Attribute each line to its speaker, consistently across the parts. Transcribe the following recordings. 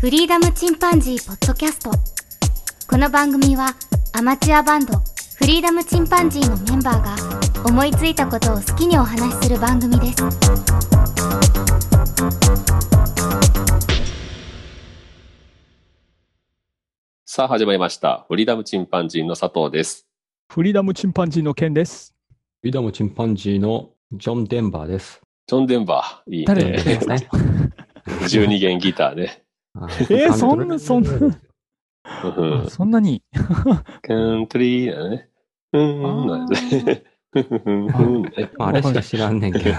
Speaker 1: フリーダムチンパンジーポッドキャストこの番組はアマチュアバンドフリーダムチンパンジーのメンバーが思いついたことを好きにお話しする番組です
Speaker 2: さあ始まりました。フリーダムチンパンジーの佐藤です。
Speaker 3: フリーダムチンパンジーの件です。
Speaker 4: フリーダムチンパンジーのジョン・デンバーです。
Speaker 2: ジョン・デンバー、いい
Speaker 3: 誰の
Speaker 4: え
Speaker 3: え
Speaker 2: ね
Speaker 3: ー。
Speaker 4: ーですね。
Speaker 2: 12弦ギター ね。
Speaker 3: えーそんなそんな
Speaker 2: うん
Speaker 3: そんなに。
Speaker 2: カントリーだね。うん、うんなんですね。うんね
Speaker 4: まあ、あれしか知らんねんけど。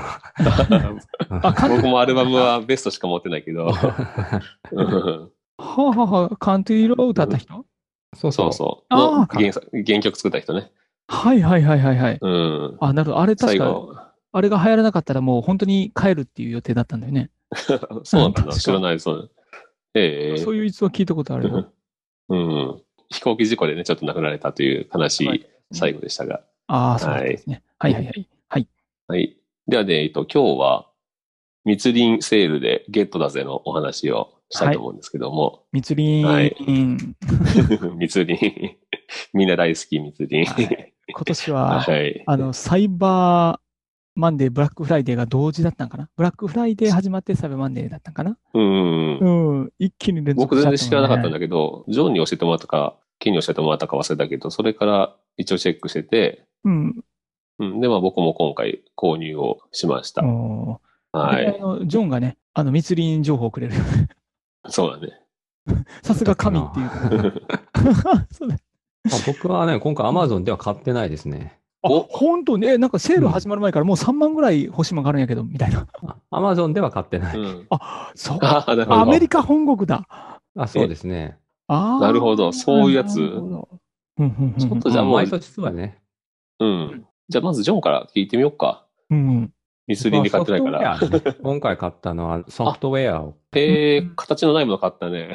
Speaker 3: あ、カン
Speaker 2: 僕もアルバムはベストしか持ってないけ ど。うん
Speaker 3: はあ、はあはあカントリーローを歌った人、
Speaker 4: そう
Speaker 2: そ
Speaker 4: そううそう。
Speaker 2: そう。
Speaker 3: あ
Speaker 2: の
Speaker 3: ー
Speaker 2: 原作原曲作った人ね。
Speaker 3: はいはいはいはいはい。
Speaker 2: うん。
Speaker 3: あ、なるほど。あれ確
Speaker 2: 最
Speaker 3: か、
Speaker 2: 後。
Speaker 3: あれが流行らなかったらもう本当に帰るっていう予定だったんだよね。
Speaker 2: そうなんだ
Speaker 3: 確
Speaker 2: な。
Speaker 3: か
Speaker 2: 知らない、そう。ええ
Speaker 3: そういう逸話聞いたことあるよ。
Speaker 2: うん。飛行機事故でね、ちょっと亡くなられたという悲し
Speaker 3: はい
Speaker 2: 最後でしたが。
Speaker 3: ああ、そうなんですね。はいはいはい。はい。
Speaker 2: はい。ではね、えっと、今日は、密林セールでゲットだぜのお話をしたいと思うんですけども、
Speaker 3: 密林、
Speaker 2: はい
Speaker 3: 今
Speaker 2: 密林、みんな大好き密林。
Speaker 3: 年は、
Speaker 2: はい。
Speaker 3: あの、サイバーマンデー、ブラックフライデーが同時だったんかなブラックフライデー始まってサイバーマンデーだったんかな
Speaker 2: うん
Speaker 3: う。ん。一気に連続
Speaker 2: 僕全然知らなかったん
Speaker 3: け
Speaker 2: だけど、ジョンに教えてもらったか、ケンに教えてもらったか忘れたけど、それから一応チェックしてて、
Speaker 3: ど。うん。
Speaker 2: うん。で、まあ僕も今回購入をしました。
Speaker 3: おー
Speaker 2: は
Speaker 3: であ
Speaker 2: い。
Speaker 3: のジョンがね、あの密林情報をくれる。
Speaker 2: そうだね。
Speaker 3: さすが神っていうところ。 そうだ
Speaker 4: まあ僕はね、今回 Amazon では買ってないですね。
Speaker 3: あ
Speaker 2: お
Speaker 3: 本当ね、なんかセール始まる前からもう3万ぐらい欲しいもんがあるんやけど、みたいな。
Speaker 4: あ Amazon では買ってな
Speaker 2: う
Speaker 4: い。
Speaker 2: ん。
Speaker 3: あ、そう。
Speaker 2: ああ、なるほど。
Speaker 3: アメリカ本国だ。
Speaker 4: あ、そうですね。
Speaker 3: あー
Speaker 2: なるほどそういうやつ
Speaker 3: なるほどうんうんうん
Speaker 2: ちょっとじゃあ
Speaker 4: まあ
Speaker 2: もう
Speaker 4: 毎、年そうやね。
Speaker 2: うん。じゃあまずジョンから聞いてみようか。
Speaker 3: うんうん
Speaker 2: ミスリンで買ってないから。
Speaker 4: まあソフトウェアね 今回買ったのはソフトウェアを。
Speaker 2: え
Speaker 3: う
Speaker 2: ー
Speaker 3: ん、
Speaker 2: 形のないもの買ったね。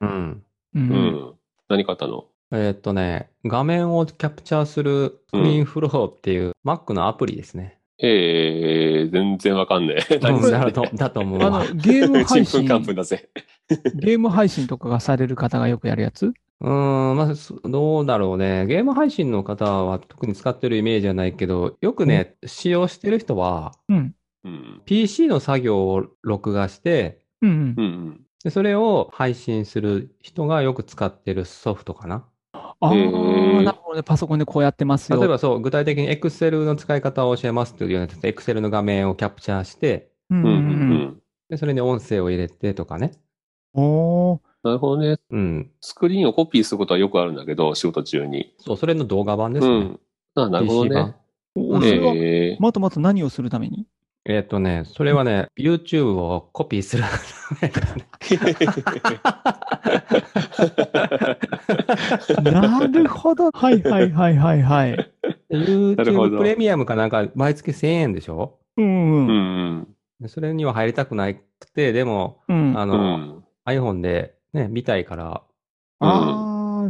Speaker 4: うん。
Speaker 3: う
Speaker 2: うんん。何買ったの
Speaker 4: えーっとね、画面をキャプチャーするスクリーンフローっていう Mac のアプリですね。
Speaker 2: えー、全然わかんねえ。
Speaker 4: う
Speaker 2: 何
Speaker 4: ん
Speaker 2: それ
Speaker 4: だとだと思う
Speaker 3: あ
Speaker 4: わ
Speaker 3: の。ゲーム
Speaker 2: ちんぷん
Speaker 3: 配信、
Speaker 2: かんぷんだぜ。
Speaker 3: ゲーム配信とかがされる方がよくやるやつ
Speaker 4: うーん、まあ、そどうだろうね。ゲーム配信の方は特に使ってるイメージはないけど、よくね、使用してる人は、
Speaker 3: うん。
Speaker 2: うん。
Speaker 4: PC の作業を録画して、
Speaker 3: うん
Speaker 2: う
Speaker 3: うん。
Speaker 2: ん
Speaker 4: でそれを配信する人がよく使ってるソフトかな。
Speaker 3: ああ
Speaker 2: う
Speaker 3: ー、
Speaker 2: ん
Speaker 3: なるほどね。パソコンでこうやってますよ。
Speaker 4: 例えばそう、具体的に Excel の使い方を教えますっていうようなやつで、Excel の画面をキャプチャーして、
Speaker 3: うん
Speaker 2: うん。う
Speaker 3: うん
Speaker 2: うんん。
Speaker 4: でそれに音声を入れてとかね。
Speaker 3: うん。おー
Speaker 2: なるほどね。
Speaker 4: うん。
Speaker 2: スクリーンをコピーすることはよくあるんだけど、仕事中に。
Speaker 4: そう、それの動画版です
Speaker 2: う
Speaker 4: ね。
Speaker 2: ん。あ、なるほ
Speaker 4: PC
Speaker 2: どね
Speaker 4: 版。。
Speaker 3: おそれは
Speaker 2: え
Speaker 3: またまた何をするため に
Speaker 4: えーっとね、それはね、YouTube をコピーするためです ね。
Speaker 3: なるほど。はいはいはいはいはい。
Speaker 2: なるほど
Speaker 4: YouTube プレミアムかなんか、毎月1000円でしょ
Speaker 3: う
Speaker 2: ー。
Speaker 3: ん
Speaker 2: う
Speaker 3: うん。
Speaker 2: ん。
Speaker 4: でそれには入りたくなくて、でも、
Speaker 3: うん、
Speaker 4: あ
Speaker 2: う
Speaker 4: の、
Speaker 2: ん。
Speaker 4: iPhone でね、見たいから、
Speaker 3: あ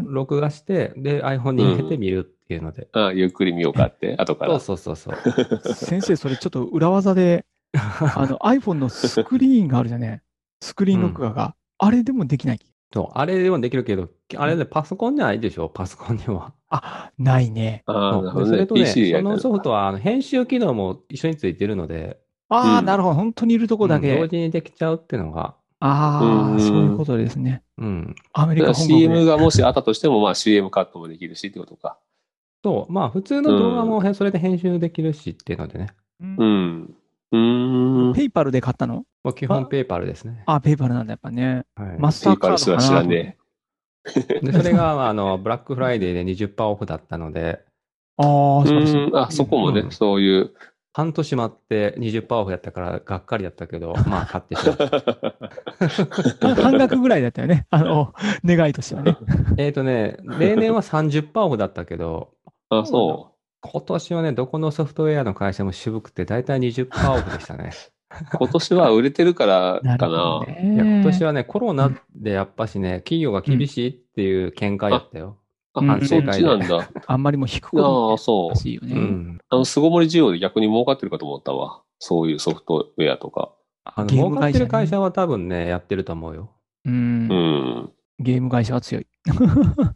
Speaker 3: ー
Speaker 4: 録画して、で、iPhone に入れて見るっていうので。
Speaker 2: あ、ゆっくり見ようかって、後から。
Speaker 4: そうそうそうそう。
Speaker 3: 先生、それちょっと裏技で、あの iPhone のスクリーンがあるじゃね。スクリーン録画が。あれでもできない。
Speaker 4: そうあれでもできるけど、あれでパソコンにはないでしょ、パソコンには。
Speaker 3: あ、ないね。
Speaker 2: あー、なるほ
Speaker 4: で
Speaker 2: ど
Speaker 4: そ
Speaker 2: ね。
Speaker 4: れとね、
Speaker 2: PC でや
Speaker 4: そ
Speaker 2: りたい
Speaker 4: の
Speaker 2: な
Speaker 4: ソフトはあの編集機能も一緒についてるので、
Speaker 3: ああ、
Speaker 2: うん
Speaker 3: なるほど。本当にいるとこだけ。
Speaker 4: 同時にできちゃうっていうのが、
Speaker 3: あ
Speaker 2: うん
Speaker 3: あ、そういうことですね。
Speaker 4: うん。
Speaker 3: アメリ
Speaker 2: だか
Speaker 3: カ
Speaker 2: ら
Speaker 3: 本国
Speaker 2: CM
Speaker 3: で。
Speaker 2: がもしあったとしても、まあ CM カットもできるしってことか。
Speaker 4: と、まあ普通の動画もへそれで編集できるしっていうのでね、
Speaker 2: うん。うーん。
Speaker 3: ペイパルで買ったの
Speaker 4: もう基本ペーパルですね。
Speaker 3: あ、ペイパルなんだ、やっぱね。
Speaker 4: はい
Speaker 3: マスターカー
Speaker 2: ペイパ
Speaker 3: ドかな。
Speaker 2: ルすら知らね
Speaker 4: でそれが、あの、ブラックフライデーで20%オフだったので、
Speaker 3: ああ、
Speaker 2: う
Speaker 3: そうですね。
Speaker 2: ーん。あ、そこも
Speaker 4: う
Speaker 2: ね、
Speaker 4: ん
Speaker 2: そう いう。
Speaker 4: 半年待って20%オフやったからがっかりやったけど、まあ買ってしまった。
Speaker 3: 半半額ぐらいだったよね。あの、願いとしてはね。
Speaker 4: えっとね、例年は30%オフだったけど、
Speaker 2: あ、そ
Speaker 4: 今年はね、どこのソフトウェアの会社も渋くて、だいたい20%オフでしたね。
Speaker 2: う。今年は売れてるから
Speaker 3: な
Speaker 2: か
Speaker 3: るほど
Speaker 2: な。
Speaker 3: ね。
Speaker 4: いや今年
Speaker 3: は。
Speaker 4: はね、コロナでやっぱしね、企業が厳しいっていう見解やったよ。
Speaker 2: あ
Speaker 3: うん、
Speaker 2: そっちなんだ。あ
Speaker 3: あんまりもう引くこと
Speaker 2: あ、そう
Speaker 3: ら。しいよね。
Speaker 4: うん。
Speaker 2: あの、巣ごもり需要で逆に儲かってるかと思ったわ。そういうソフトウェアとか。
Speaker 4: あの、
Speaker 3: ゲー
Speaker 4: 儲
Speaker 3: ム
Speaker 4: かっ
Speaker 3: 会社
Speaker 4: て
Speaker 3: ね
Speaker 4: る会社は多分ね、やってると思うよ。
Speaker 3: うん
Speaker 2: う。ん。
Speaker 3: ゲーム会社は強い。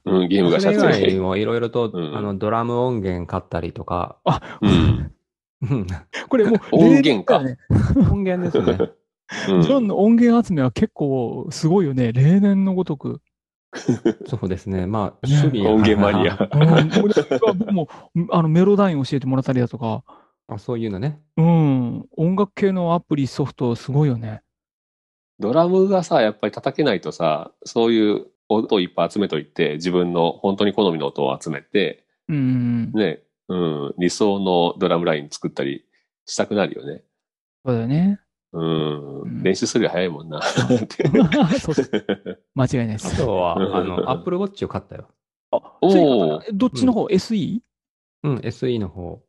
Speaker 2: うん、ゲームが
Speaker 4: そ
Speaker 2: 社
Speaker 4: れ以
Speaker 2: 長
Speaker 4: 外に
Speaker 2: で。
Speaker 4: もいろいろと、
Speaker 2: うん
Speaker 4: あの、ドラム音源買ったりとか、
Speaker 2: うん。
Speaker 4: うん
Speaker 3: これもう
Speaker 2: 音源か
Speaker 3: 例年だよ
Speaker 4: 音源ですね。
Speaker 2: う
Speaker 3: ね
Speaker 2: ん
Speaker 3: ジョンの音源集めは結構すごいよね。例年のごとく。
Speaker 4: そうですね。まあ、
Speaker 3: ね
Speaker 4: 趣味や
Speaker 2: 音源マニア。
Speaker 3: うん、俺は僕も あのメロダイン教えてもらったりだとか、
Speaker 4: あそういうのね。
Speaker 3: うん、音楽系のアプリ、ソフト、すごいよね。
Speaker 2: ドラムがさ、やっぱり叩けないとさ、そういう音をいっぱい集めといて、自分の本当に好みの音を集めて、
Speaker 3: うん、
Speaker 2: ね、うん、理想のドラムライン作ったりしたくなるよね。
Speaker 3: そうだよね。
Speaker 2: うん、
Speaker 3: うん
Speaker 2: 練習するより早いも んな。って
Speaker 3: そうそう間違いないで
Speaker 4: あ
Speaker 3: す。
Speaker 4: とは、
Speaker 2: うん
Speaker 4: あの、アップルウォッチを買ったよ。
Speaker 2: おお、
Speaker 3: どっちの方、SE?
Speaker 4: うん、SE の方。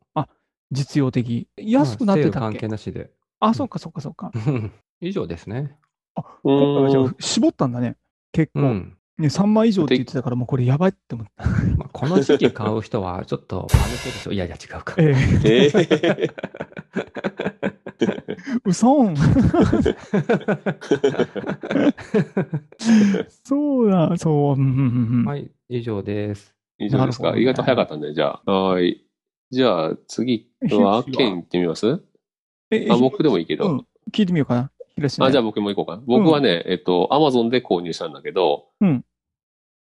Speaker 3: 実用的。安くなってたっ
Speaker 4: まあ
Speaker 3: け
Speaker 4: セール関係なしで。
Speaker 3: あ、そっかそっかそっか。
Speaker 4: うん以上です ね。
Speaker 2: う
Speaker 3: 今回はじゃ
Speaker 2: ん
Speaker 3: あ、絞ったんだね。結
Speaker 4: う
Speaker 3: 構。
Speaker 4: ん。
Speaker 3: ね、3枚以上って言ってたから、もうこれやばいって思った。
Speaker 4: まあ、この時期買う人は、ちょっ と、パニックでしょ。いやいや、違うか。
Speaker 3: ええ、
Speaker 2: えー
Speaker 3: うそん。そうだ、そう。うんうんうんうん
Speaker 4: はい、以上です。
Speaker 2: 以上です
Speaker 3: な
Speaker 2: か、
Speaker 3: るほどね
Speaker 2: 意外と早かったんで、じゃあ。はーい。じゃあ、次は、
Speaker 3: ひろしは
Speaker 2: ケン行ってみます
Speaker 3: え
Speaker 2: あ、僕でもいいけど。
Speaker 3: うん聞いてみようかな。ひろしね
Speaker 2: あ、じゃあ僕も行こうか。僕はね、えっと、アマゾンで購入したんだけど、
Speaker 3: うん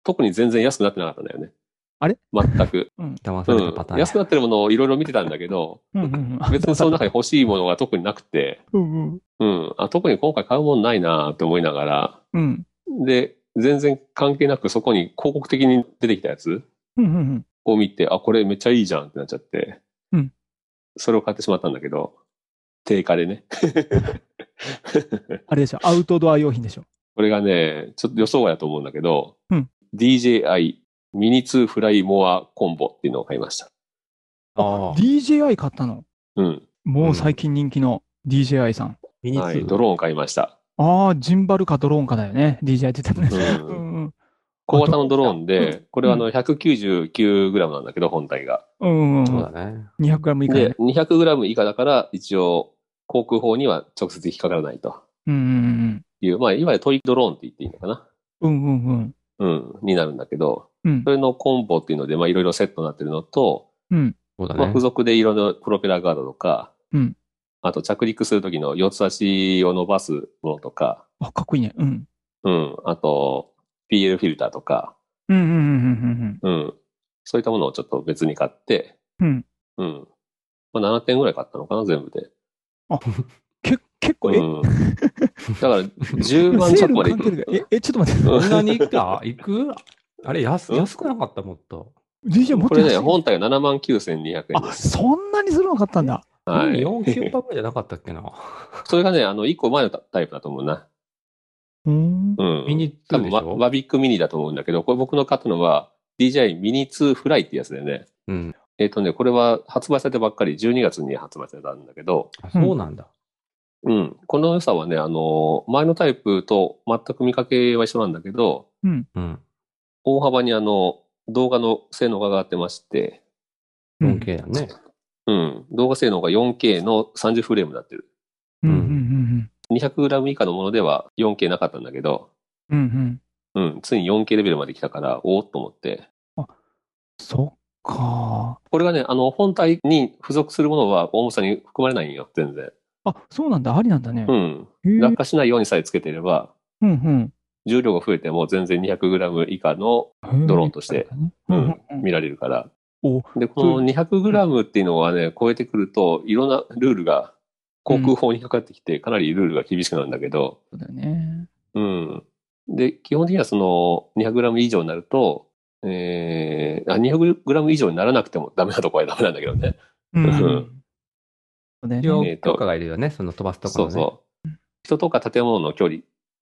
Speaker 2: 特に全然安くなってなかったんだよね。
Speaker 3: あれ
Speaker 2: 全く。
Speaker 4: 騙さ
Speaker 2: う
Speaker 4: れた
Speaker 2: ん
Speaker 4: パターンや。
Speaker 2: 安くなってるものをいろいろ見てたんだけど、
Speaker 3: うんうん
Speaker 2: 別にその中に欲しいものが特になくて、
Speaker 3: うんうん
Speaker 2: うん、あ特に今回買うもんないなって思いながら、
Speaker 3: うん
Speaker 2: で、全然関係なくそこに広告的に出てきたやつ
Speaker 3: うんうんうん
Speaker 2: を見て、あ、これめっちゃいいじゃんってなっちゃって、
Speaker 3: うん
Speaker 2: それを買ってしまったんだけど、定価でね。
Speaker 3: あれでしょ、アウトドア用品でしょ。
Speaker 2: これがね、ちょっと予想外だと思うんだけど、
Speaker 3: うん
Speaker 2: DJI ミニ2フライモアコンボっていうのを買いました。
Speaker 4: ああ
Speaker 3: DJI 買ったの。
Speaker 2: うん。
Speaker 3: もう最近人気の DJI さん。
Speaker 4: ミニツ
Speaker 2: はい、
Speaker 4: ー
Speaker 2: ドローンを買いました。
Speaker 3: ああ、ジンバルかドローンかだよね。DJI って言ったら
Speaker 2: う
Speaker 3: ね。
Speaker 2: ん
Speaker 3: うんうん
Speaker 2: 小型のドローン
Speaker 3: う
Speaker 2: で、これはあの 199g なんだけど、本体が。
Speaker 3: うんうんう。
Speaker 4: そうんだね。
Speaker 3: 200g 以下
Speaker 2: で
Speaker 3: ね、。
Speaker 2: 200g 以下だから、一応、航空法には直接引っかからないと
Speaker 3: うんうん
Speaker 2: いう、まあ、いわゆるトイドローンって言っていいのかな。
Speaker 3: うん。うんうんうん。
Speaker 2: うん、になるんだけど、
Speaker 3: うん
Speaker 2: それのコンボっていうので、まあ、いろいろセットになってるのと、
Speaker 3: うん
Speaker 4: そうだ
Speaker 2: まあ、
Speaker 4: ね
Speaker 2: 付。属でいろいろプロペラガードとか、
Speaker 3: うん
Speaker 2: あと着陸するときの四つ足を伸ばすものとか、
Speaker 3: あ、かっこいいね。うん。
Speaker 2: うん、あと PL フィルターとか、
Speaker 3: うんうんうん
Speaker 2: うん、そういったものをちょっと別に買って、
Speaker 3: うんうん。うん。
Speaker 2: うん、まあ、7点ぐらい買ったのかな、全部で。
Speaker 3: け結構、え、
Speaker 2: うん、だから10万 ち
Speaker 3: セ
Speaker 2: ょっ
Speaker 3: ー
Speaker 2: とま
Speaker 3: ル
Speaker 2: で
Speaker 3: 関
Speaker 2: 行
Speaker 3: 係
Speaker 2: く。
Speaker 3: ないえ、え、ちょっと待って。
Speaker 4: こんなに行った 行くあれ安、
Speaker 2: うん
Speaker 4: 安くなかった、もっと。
Speaker 3: DJI 持っ
Speaker 2: これ
Speaker 3: てま
Speaker 2: ね、
Speaker 3: す
Speaker 2: 本体が79,200円
Speaker 3: あ、
Speaker 2: です。
Speaker 3: そんなにするの買ったんだ。
Speaker 2: はい
Speaker 4: 4、9パーぐらいじゃなかったっけな。
Speaker 2: それがね、あの、1個前のタイプだと思うな。
Speaker 3: うーん。
Speaker 2: うん。
Speaker 4: ミニ
Speaker 2: 多
Speaker 4: 2
Speaker 2: 分
Speaker 4: でし
Speaker 2: マ、
Speaker 4: ょ、
Speaker 2: マビックミニだと思うんだけど、これ僕の買ったのは DJI ミニ2フライってやつだよね。
Speaker 4: うん。
Speaker 2: えっ、とね、これは発売されたばっかり、12月に発売されたんだけど、
Speaker 4: あそうなんだ。
Speaker 2: うん。この良さはね、あの、前のタイプと全く見かけは一緒なんだけど、
Speaker 4: うん。
Speaker 2: 大幅にあの、動画の性能が上がってまして、
Speaker 3: うん
Speaker 4: 4K だね。
Speaker 2: うん。動画性能が 4K の30フレームになってる。
Speaker 3: うんうんうん。
Speaker 2: 200g 以下のものでは 4K なかったんだけど、
Speaker 3: うんうん。
Speaker 2: うん。ついに 4K レベルまで来たから、おおっと思って。
Speaker 3: そっか。
Speaker 2: これがね、あの、本体に付属するものは重さに含まれないんよ、全然。
Speaker 3: あ、そうなんだ。ありなんだね。
Speaker 2: うん。
Speaker 3: へえ
Speaker 2: 落下しないようにさえつけていれば、
Speaker 3: うん
Speaker 2: 重量が増えても全然 200g 以下の
Speaker 3: うん。
Speaker 2: ドローンとして、う
Speaker 3: う
Speaker 2: んん
Speaker 3: うんうん
Speaker 2: 見られるから。
Speaker 3: お
Speaker 2: で、この 200g っていうのはね、超えてくると、いろんなルールが、航空法にかかってきて、かなりルールが厳しくなるんだけど、
Speaker 3: そうだよね。
Speaker 2: うん。で、基本的にはその 200g 以上になると、えー、あ 200g 以上にならなくてもダメなとこはダメなんだけどね。
Speaker 3: うん
Speaker 2: うん
Speaker 3: そうだ
Speaker 4: 一
Speaker 3: よ
Speaker 4: 応
Speaker 3: ね。
Speaker 2: えー、と
Speaker 4: 許可がいるよね。その飛ばすとこ
Speaker 2: そ
Speaker 4: ろ
Speaker 2: う
Speaker 4: ね。
Speaker 2: そう。人とか建物の距離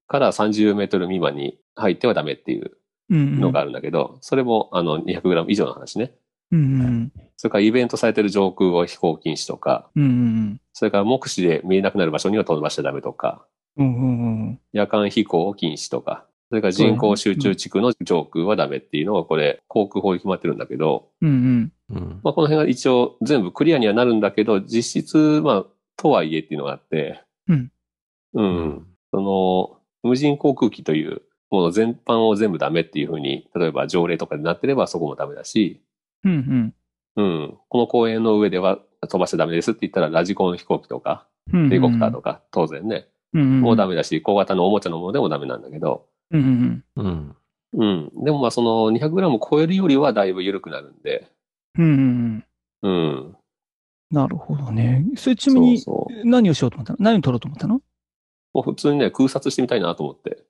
Speaker 2: から30メートル未満に入ってはダメっていう
Speaker 3: うん
Speaker 2: のがあるんだけど、それもあの 200g 以上の話ね。
Speaker 3: うんうん
Speaker 2: それからイベントされてる上空を飛行禁止とか、
Speaker 3: うんうん
Speaker 2: それから目視で見えなくなる場所には飛ばしちゃダメとか、
Speaker 3: うんうんうんうん
Speaker 2: 夜間飛行を禁止とか、それから人口集中地区の上空はダメっていうのがこれ航空法で決まってるんだけど、
Speaker 3: うんうん
Speaker 4: うん。
Speaker 2: まあ、この辺が一応全部クリアにはなるんだけど、実質、まあ、とはいえっていうのがあって、
Speaker 3: うん
Speaker 2: う。
Speaker 4: うん
Speaker 2: その、無人航空機というもの全般を全部ダメっていうふうに、例えば条例とかでなってればそこもダメだし、
Speaker 3: うんうん
Speaker 2: うん、この公園の上では飛ばしちゃダメですって言ったらラジコン飛行機とか、
Speaker 3: うんうん。
Speaker 2: ヘリコプターとか、当然ね、
Speaker 3: うん
Speaker 2: もうダメだし、小型のおもちゃのものでもダメなんだけど、
Speaker 3: うんうんうん
Speaker 4: うん。
Speaker 2: うん。でもまあその 200g 超えるよりはだいぶ緩くなるんで、
Speaker 3: うんうんうん。
Speaker 2: うん。
Speaker 3: なるほどね。それちなみに、
Speaker 2: そうそう。
Speaker 3: 何をしようと思ったの何を取ろうと思ったの
Speaker 2: もう普通にね、空撮してみたいなと思って。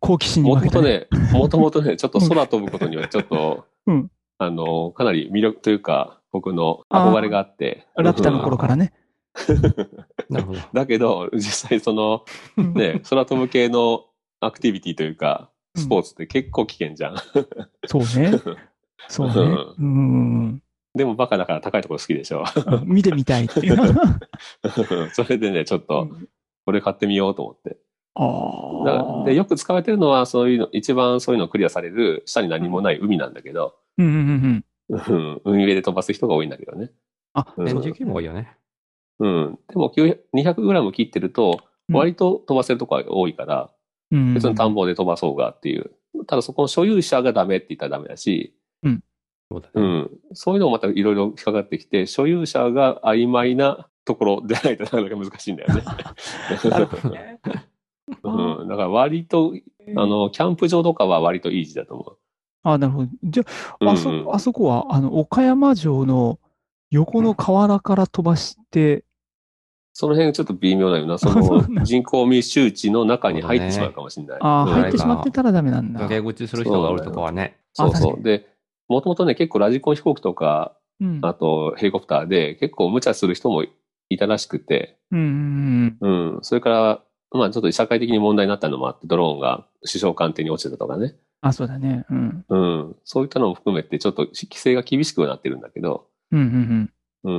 Speaker 3: 好奇心に
Speaker 2: も
Speaker 3: 負
Speaker 2: とも
Speaker 3: けた
Speaker 2: と
Speaker 3: ね。
Speaker 2: ね、もともとね、ちょっと空飛ぶことにはちょっと、
Speaker 3: うん
Speaker 2: あの、かなり魅力というか、僕の憧れがあって。
Speaker 3: ラピュタの頃からね。
Speaker 4: な るほど。
Speaker 2: うんだけど、実際その、ね、空飛ぶ系のアクティビティというか、スポーツって結構危険じゃん。
Speaker 3: そうね。そうね。う。
Speaker 2: うんでもバカだから高いところ好きでしょ。
Speaker 3: あ見てみたいっていう。
Speaker 2: それでね、ちょっと、これ買ってみようと思って。
Speaker 3: あ
Speaker 2: だから
Speaker 3: あ。
Speaker 2: でよく使われてるのは、そういうの、一番そういうのをクリアされる、下に何もない海なんだけど、
Speaker 3: うんうんうんうん。
Speaker 2: うん海上で飛ばす人が多いんだけどね。
Speaker 3: あ、
Speaker 2: うん
Speaker 4: 電磁気も多いよね。
Speaker 2: うん。でも900 200g 切ってると、
Speaker 3: うん
Speaker 2: 割と飛ばせるとこが多いから、
Speaker 3: うん
Speaker 2: 別に田んぼで飛ばそうがっていう。ただそこの所有者がダメって言ったらダメだし、
Speaker 4: そうだ
Speaker 2: う
Speaker 4: ね。
Speaker 2: ん。そういうのもまたいろいろ引っかかってきて、所有者が曖昧なところでないとなかなか難しいんだよね。
Speaker 3: なるほどね。
Speaker 2: うん。だから割と、あの、キャンプ場とかは割とイージーだと思
Speaker 3: あ、なるほど。じゃ
Speaker 2: う。
Speaker 3: あ、あそ
Speaker 2: うんうん
Speaker 3: こ、あそこは、あの、岡山城の横の河原から飛ばして、
Speaker 2: その辺ちょっと微妙だよな。そ
Speaker 3: そうな
Speaker 2: の人口密集地の中に入ってしまうかもしれない。
Speaker 3: ああ、
Speaker 2: うん
Speaker 3: 入ってしまってたらダメなんだ。
Speaker 4: 抜け口する人がおるとこはね。
Speaker 2: そう
Speaker 3: あ確
Speaker 2: そ
Speaker 3: か
Speaker 2: う。
Speaker 3: に
Speaker 2: で、もともとね、結構ラジコン飛行機とか、
Speaker 3: うん。
Speaker 2: あとヘリコプターで結構無茶する人もいたらしくて、
Speaker 3: うんうん
Speaker 2: うん。それから、まあちょっと社会的に問題になったのもあって、ドローンが首相官邸に落ちてたとかね。
Speaker 3: あ、そうだね。うん。
Speaker 2: うん。そういったのも含めて、ちょっと規制が厳しくはなってるんだけど、
Speaker 3: うんうん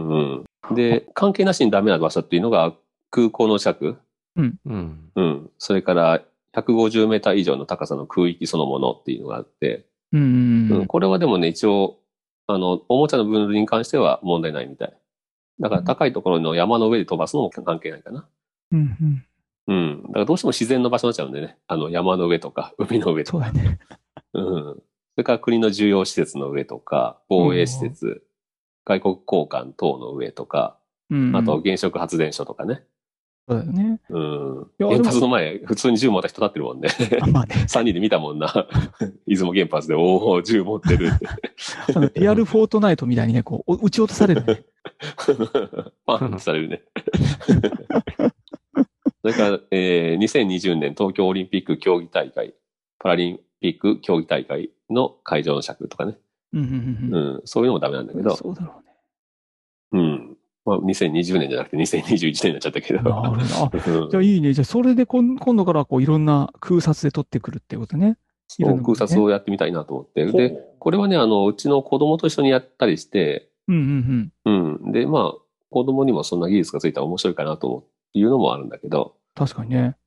Speaker 2: うんうん。で、関係なしにダメな場所っていうのが、空港の近く、
Speaker 4: うん。
Speaker 2: うん。それから、150メーター以上の高さの空域そのものっていうのがあって、
Speaker 3: うん。うんう
Speaker 2: うんん、これはでもね、一応、あの、おもちゃの分類に関しては問題ないみたい。だから高いところの山の上で飛ばすのも関係ないかな。
Speaker 3: うん。うん
Speaker 2: うん。だからどうしても自然の場所になっちゃうんでね。あの、山の上と か、海の上とか。
Speaker 3: そうだね。
Speaker 2: うん。それから国の重要施設の上とか、防衛施設、外国交換等の上とか、
Speaker 3: うん。
Speaker 2: あと原子力発電所とかね。
Speaker 3: そうだよね。
Speaker 2: うん。
Speaker 3: いや
Speaker 2: 原発の前、普通に銃持った人立ってるもん ね。
Speaker 3: あまあね。
Speaker 2: 3人で見たもんな。 出雲原発で、おお、銃持ってるって。
Speaker 3: あのリアルフォートナイトみたいにね、こう、お撃ち落とされるね。
Speaker 2: パンってされるね。それから、えー2020年東京オリンピック競技大会、パラリンピック競技大会の会場の尺とかね。
Speaker 3: うんう ん
Speaker 2: う
Speaker 3: うん
Speaker 2: ん、そういうのもダメなんだけ
Speaker 3: うん。
Speaker 2: ど、
Speaker 3: そうだろうね。
Speaker 2: うん。まあ、2020年じゃなくて2021年になっちゃったけど。
Speaker 3: なるほど。あ、
Speaker 2: うん
Speaker 3: じゃあいいね。じゃあそれでこん今度からこういろんな空撮で撮ってくるってことね。いろ
Speaker 2: そ
Speaker 3: ん
Speaker 2: う
Speaker 3: な
Speaker 2: 空撮をやってみたいなと思って。で、これはね、あの、うちの子供と一緒にやったりして、
Speaker 3: うんうん
Speaker 2: うん。で、まあ、子供にもそんな技術がついたら面白いかなと思うっていうのもあるんだけど、
Speaker 3: 確かにね。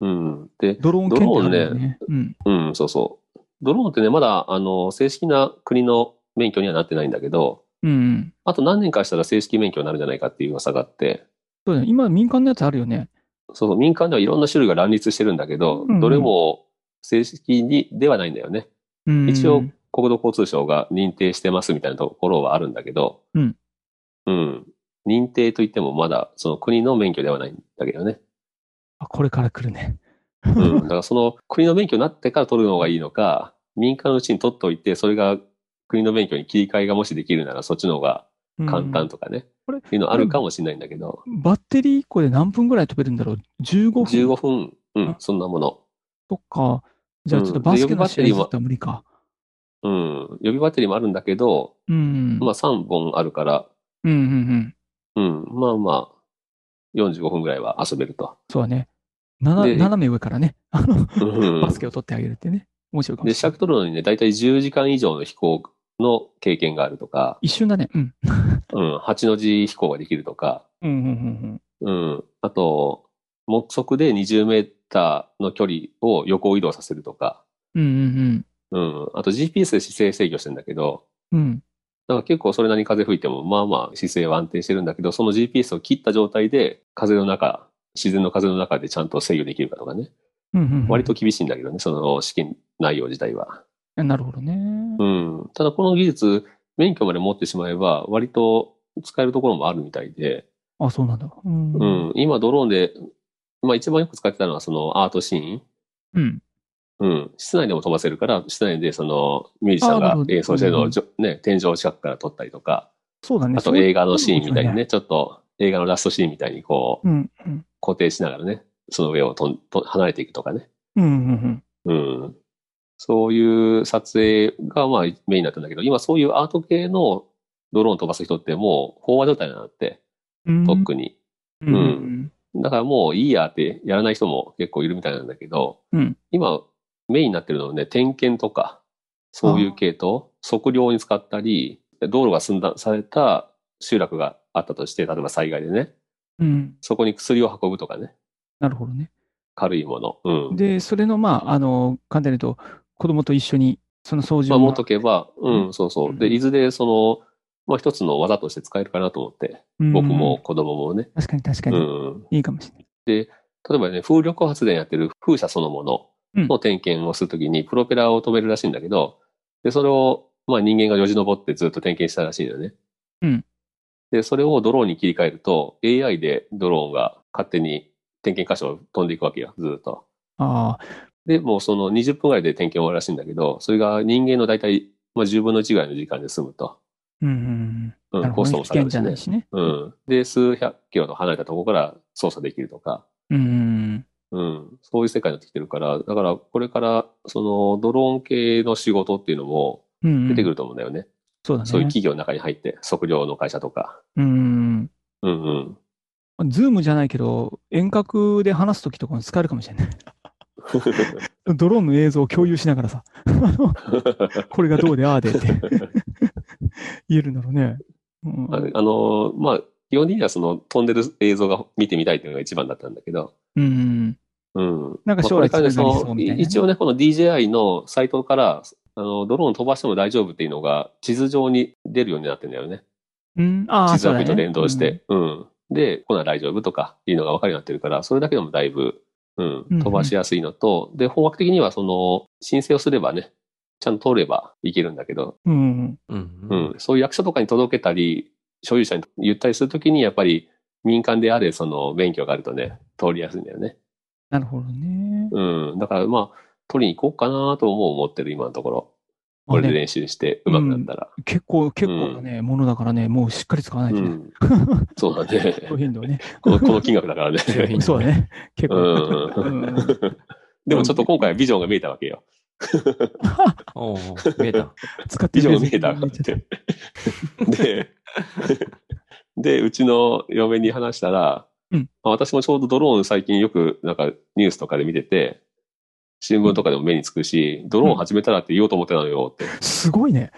Speaker 2: うん。で、
Speaker 3: ドローン検定あるよね。うん。
Speaker 2: うん、そうそう。ドローンってね、まだ、あの、正式な国の免許にはなってないんだけど、
Speaker 3: うんうん。
Speaker 2: あと何年かしたら正式免許になるんじゃないかっていう噂があって、
Speaker 3: そうだね。今民間のやつあるよね。
Speaker 2: そうそう、民間ではいろんな種類が乱立してるんだけど
Speaker 3: うんうん、
Speaker 2: どれも正式にではないんだよね。
Speaker 3: うん。
Speaker 2: 一応、国土交通省が認定してますみたいなところはあるんだけど、
Speaker 3: うん。
Speaker 2: うん。認定といってもまだ、その国の免許ではないんだけどね。
Speaker 3: あ、これから来るね。
Speaker 2: うん、だからその国の免許になってから取るのがいいのか、民間のうちに取っておいて、それが国の免許に切り替えがもしできるなら、そっちの方が
Speaker 3: うん
Speaker 2: 簡単とかね、
Speaker 3: これ
Speaker 2: っていうのあるかもしれないんだけど、
Speaker 3: バッテリー1個で何分ぐらい飛べるんだろう ?15 分
Speaker 2: 15分、う
Speaker 3: あ
Speaker 2: ん、そんなもの。
Speaker 3: とか。じゃあちょっ
Speaker 2: う
Speaker 3: と
Speaker 2: ん
Speaker 3: バスケの試合
Speaker 2: で呼
Speaker 3: だ
Speaker 2: ぶバ
Speaker 3: っ
Speaker 2: ッ
Speaker 3: たら無理か。
Speaker 2: うん、予備バッテリーもあるんだけど、
Speaker 3: うん。
Speaker 2: まあ3本あるから、
Speaker 3: うんうんうん。
Speaker 2: うん、まあまあ、45分ぐらいは遊べると。
Speaker 3: そうだね。なな
Speaker 2: で
Speaker 3: 斜め上からね。あの、
Speaker 2: うん
Speaker 3: バスケを取ってあげるってね。面白いかも
Speaker 2: で、
Speaker 3: しれ
Speaker 2: 尺
Speaker 3: ない。
Speaker 2: 取るのにね、だいたい10時間以上の飛行の経験があるとか、
Speaker 3: 一瞬だね。うん。
Speaker 2: うん、8の字飛行ができるとか、
Speaker 3: うんうんうん
Speaker 2: うん。あと、目測で20メーターの距離を横移動させるとか、
Speaker 3: うん。うんうん
Speaker 2: うん。あと GPS で姿勢制御してんだけど、
Speaker 3: うん。うん。
Speaker 2: だから結構それなりに風吹いても、まあまあ姿勢は安定してるんだけど、その GPS を切った状態で風の中、自然の風の中でちゃんと制御できるかとかね。
Speaker 3: うんうんうん
Speaker 2: 割と厳しいんだけどね、その試験内容自体は。
Speaker 3: なるほどね。
Speaker 2: うん。ただこの技術、免許まで持ってしまえば、割と使えるところもあるみたいで、
Speaker 3: あ、そうなんだ。うん。
Speaker 2: う
Speaker 3: うん。
Speaker 2: ん。今ドローンで、まあ一番よく使ってたのはそのアートシーン。うん。室内でも飛ばせるから、室内でそのミュージシャン
Speaker 3: あな
Speaker 2: が
Speaker 3: るほど
Speaker 2: 演奏してるの
Speaker 3: う
Speaker 2: を
Speaker 3: ん
Speaker 2: じょ、ね、天井近くから撮ったりとか、
Speaker 3: そうだね。
Speaker 2: あと
Speaker 3: そう
Speaker 2: 映画のシーンみたいに
Speaker 3: そうだ
Speaker 2: ね、ちょっと映画のラストシーンみたいにこう、
Speaker 3: うん。うん。
Speaker 2: 固定しながらね、その上をとんと離れていくとかね。
Speaker 3: うんうんうん。
Speaker 2: うん。そういう撮影がまあメインだったんだけど、今そういうアート系のドローン飛ばす人ってもう飽和状態なんだって、
Speaker 3: うん
Speaker 2: とっくに。
Speaker 3: うん
Speaker 2: うだからもういいやってやらない人も結構いるみたいなんだけど、
Speaker 3: うん
Speaker 2: 今メインになってるのはね、点検とか、そういう系統、測量に使ったり、道路が寸断された集落があったとして、例えば災害でね、
Speaker 3: うん。
Speaker 2: そこに薬を運ぶとかね、
Speaker 3: なるほどね。
Speaker 2: 軽いもの。うん。
Speaker 3: で、それの、まあ、あの、簡単に言うと、子供と一緒に、その掃除
Speaker 2: まあ
Speaker 3: を。
Speaker 2: 持っとけば、うん、
Speaker 3: うん
Speaker 2: そうそうう。
Speaker 3: ん
Speaker 2: で、いずれその、まあ一つの技として使えるかなと思って、
Speaker 3: うん
Speaker 2: 僕も。子供もね。
Speaker 3: 確かに確か
Speaker 2: うん。
Speaker 3: に。いいかもしれない。
Speaker 2: 例えばね、風力発電やってる風車そのものの点検をするときに、プロペラを止めるらしいんだけど、で、それを、まあ人間がよじ登ってずっと点検したらしいんだよね。
Speaker 3: うん。
Speaker 2: で、それをドローンに切り替えると、AI でドローンが勝手に点検箇所を飛んでいくわけよ、ずっと。
Speaker 3: ああ、
Speaker 2: で、もうその20分ぐらいで点検終わるらしいんだけど、それが人間の大体、まあ10分の1ぐらいの時間で済むと。
Speaker 3: うんうん
Speaker 2: う、
Speaker 3: うん。なんる
Speaker 2: コ
Speaker 3: ほ
Speaker 2: ス
Speaker 3: ど
Speaker 2: ト
Speaker 3: ね。
Speaker 2: も
Speaker 3: 危
Speaker 2: 下が
Speaker 3: 険
Speaker 2: る
Speaker 3: じ
Speaker 2: し
Speaker 3: ゃな
Speaker 2: ね
Speaker 3: い。しね。
Speaker 2: うん。で、数百キロと離れたところから操作できるとか、
Speaker 3: うんうん
Speaker 2: うん。そういう世界になってきてるから、だからこれから、そのドローン系の仕事っていうのも
Speaker 3: うん。うん。
Speaker 2: 出てくる。と思うんだよね。
Speaker 3: そうだね。
Speaker 2: そういう企業の中に入って、測量の会社とか。
Speaker 3: うん
Speaker 2: うんうん。
Speaker 3: うん。ズームじゃないけど、遠隔で話すときとかも使えるかもし れない。ドローンの映像を共有しなが らさ、あのこれがどうでああでって言えるんだろうね。うん
Speaker 2: ああの、まあ、基本的にはその飛んでる映像が見てみたいというのが一番だったんだけど、
Speaker 3: うん。
Speaker 2: うん。
Speaker 3: なんか将
Speaker 2: ま
Speaker 3: 来
Speaker 2: あこれからね
Speaker 3: 作るのにそ
Speaker 2: そうの
Speaker 3: みたいなね
Speaker 2: 一応ね、この DJI のサイトから、あの、ドローン飛ばしても大丈夫っていうのが地図上に出るようになってんだよね。
Speaker 3: うん。ああ、
Speaker 2: 地図
Speaker 3: そう
Speaker 2: アプ
Speaker 3: だ
Speaker 2: リと
Speaker 3: ね
Speaker 2: 連動して、うん、で、こんなん大丈夫とかいうのが分かるようになってるから、それだけでもだいぶ、うん
Speaker 3: うん、
Speaker 2: 飛ばしやすいのと、で、本格的にはその、申請をすればね、ちゃんと通ればいけるんだけど、
Speaker 3: うん。うん
Speaker 4: うん
Speaker 2: うん、そういう役所とかに届けたり、所有者に言ったりするときに、やっぱり民間であれ、その、免許があるとね、通りやすいんだよね。
Speaker 3: なるほどね。
Speaker 2: うん、だからまあ、取りに行こうかなとも思ってる、今のところ。
Speaker 3: ま
Speaker 2: こ
Speaker 3: あ
Speaker 2: れで
Speaker 3: ね、
Speaker 2: 練習して、うまくなったら。
Speaker 3: 結構、結構なね、ものだからね、もうしっかり使わないうと
Speaker 2: ん。
Speaker 3: ね。
Speaker 2: そうだね。
Speaker 3: 高頻度はね。
Speaker 2: このこの金額だからね。
Speaker 4: 強いんだ
Speaker 3: そうだね。結構。
Speaker 2: う
Speaker 3: うん
Speaker 2: でもちょっと今回はビジョンが見えたわけ よ。
Speaker 4: おー見 えた。
Speaker 3: 使って
Speaker 2: ビ
Speaker 3: る
Speaker 2: ジョンが見えた って。で、で、うちの嫁に話したら、
Speaker 3: うん
Speaker 2: まあ私もちょうどドローン最近よくなんかニュースとかで見てて、新聞とかでも目につくし、ドローン始めたらって言おうと思ってたのよって。
Speaker 3: すごいね。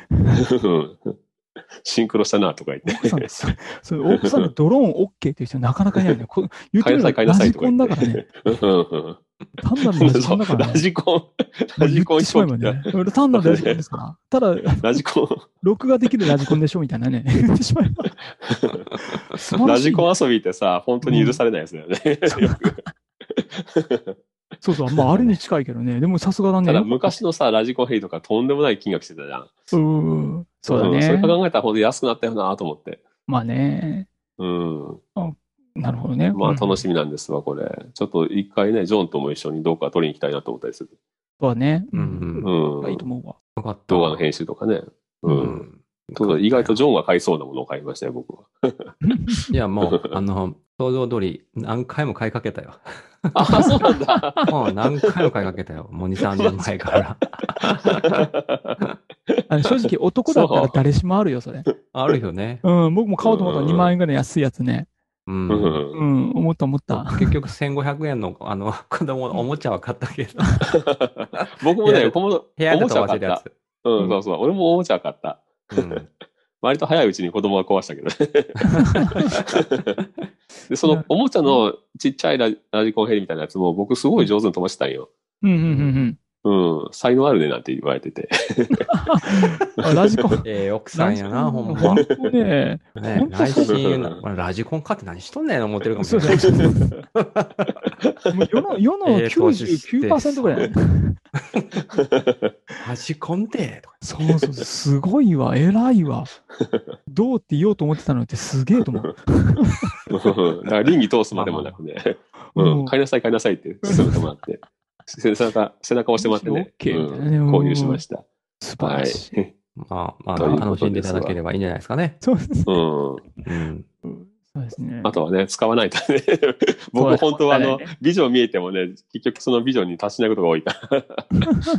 Speaker 2: シンクロしたなとか 言って
Speaker 3: 奥。さん、そそれ奥さんのドローン OK っていう人なかなかいないね。こ言ってみれば
Speaker 2: 買い
Speaker 3: ラ
Speaker 2: なさい買いなさい
Speaker 3: ジ
Speaker 2: と
Speaker 3: コ
Speaker 2: か言
Speaker 3: ンだ
Speaker 2: っ
Speaker 3: からね。
Speaker 2: うん
Speaker 3: 単なる
Speaker 2: う
Speaker 3: ラ
Speaker 2: ん
Speaker 3: ジコン
Speaker 2: そうラ
Speaker 3: だからね。
Speaker 2: ジコン、
Speaker 3: も
Speaker 2: ラ
Speaker 3: う
Speaker 2: ジコ
Speaker 3: 言っ
Speaker 2: ン
Speaker 3: てしまえば
Speaker 2: 表記だ
Speaker 3: ね。俺単なるラジコンで すから。ただ、
Speaker 2: ラジコン。
Speaker 3: 録画できるラジコンでしょみたい なね。言ってしまえば。素晴ら
Speaker 2: ラ
Speaker 3: しいね
Speaker 2: ジコン遊びってさ、本当に許されないやつだよね。よく
Speaker 3: そうそう。まあ、あれに近いけどね。でもさすがだね。
Speaker 2: ただ昔のさ、ラジコンヘイとかとんでもない金額してたじゃん。
Speaker 3: うん。そうだ
Speaker 2: んそれ
Speaker 3: ね。
Speaker 2: 考えたらほんと安くなったよなと思って。
Speaker 3: まあね。
Speaker 2: うん。
Speaker 3: なるほどね。
Speaker 2: まあ楽
Speaker 3: い。
Speaker 2: しみなんですわ、これ。ちょっと一回ね、ジョンとも一緒にどうか取りに行きたいなと思ったりする。
Speaker 3: そうだね。
Speaker 4: うん
Speaker 2: う
Speaker 3: いい
Speaker 2: ん
Speaker 3: と。思うわ。
Speaker 4: よかった。
Speaker 2: 動画の編集とかね。う。
Speaker 4: うんん。
Speaker 2: ということで意外とジョンが買いそうなものを買いましたよ、僕は。
Speaker 4: いや、もう、あの、想像通り、何回も買いかけたよ。
Speaker 2: あ、そうなんだ。
Speaker 4: もう何回も買いかけたよ。もう2、3年前 から。
Speaker 3: あの正直、男だったら誰しもあるよ、それ。
Speaker 4: あるよね。
Speaker 3: うん、僕も買おうと思ったら
Speaker 2: うん
Speaker 3: 2万円ぐらい安いやつね。
Speaker 4: う。
Speaker 2: うんん
Speaker 3: う。ん、思った思った。
Speaker 4: 結局1500円の、あの、子供のおもちゃは買った けど、
Speaker 2: 僕も
Speaker 4: 部屋で
Speaker 2: ね、この
Speaker 4: 部屋
Speaker 2: お
Speaker 4: で
Speaker 2: もちゃ
Speaker 4: 飛ば
Speaker 2: 買
Speaker 4: せ
Speaker 2: っ
Speaker 4: るや
Speaker 2: た。
Speaker 4: つ。
Speaker 2: うん、そうそう。俺もおもちゃ買った。
Speaker 4: うん。
Speaker 2: 割と早いうちに子供が壊したけどね。で、そのおもちゃのちっちゃいラジラジコンヘリみたいなやつも僕すごい上手に飛ばしてたんよ。
Speaker 3: うん、うん、うんうん。
Speaker 2: うん、才能あるねなんて言われてて。
Speaker 3: あラジコン。
Speaker 4: ええ奥さんやな、ほんま。
Speaker 3: 本当ね。
Speaker 4: ね、
Speaker 3: 本当
Speaker 4: 内
Speaker 3: そう
Speaker 2: だよ
Speaker 4: 心、ラジコン買って何しとんねん思ってるかも
Speaker 3: そ
Speaker 4: しれ
Speaker 3: う
Speaker 4: な
Speaker 3: そう
Speaker 4: い。
Speaker 3: そうもう世の 世の
Speaker 4: ええ投資して
Speaker 3: 99%ぐらい。
Speaker 4: ラジコンって、とか。
Speaker 3: そうそう、すごいわ、偉 いわ。どうって言おうと思ってたのってすげえと思う。
Speaker 2: うんだから倫理通すまでもなくね。
Speaker 3: も
Speaker 2: うん、買いなさい買いなさいって勧めてもらって。背中、背中押してもらってね。
Speaker 3: むしろ OK みたいなね
Speaker 2: うん購入しました。
Speaker 3: 素晴
Speaker 2: は
Speaker 3: ら
Speaker 2: い。
Speaker 3: しい。
Speaker 4: まあ、ま
Speaker 2: ということ
Speaker 4: あ、楽しんで
Speaker 2: で
Speaker 4: い
Speaker 2: す
Speaker 4: た
Speaker 2: わ
Speaker 4: だければいいんじゃないですかね。
Speaker 3: そうです
Speaker 2: うん。
Speaker 4: うん。
Speaker 3: そうですね。
Speaker 2: あとはね、使わないとね。 僕本当はあの、ビジョン見えてもね、結局そのビジョンに達しないことが多いから。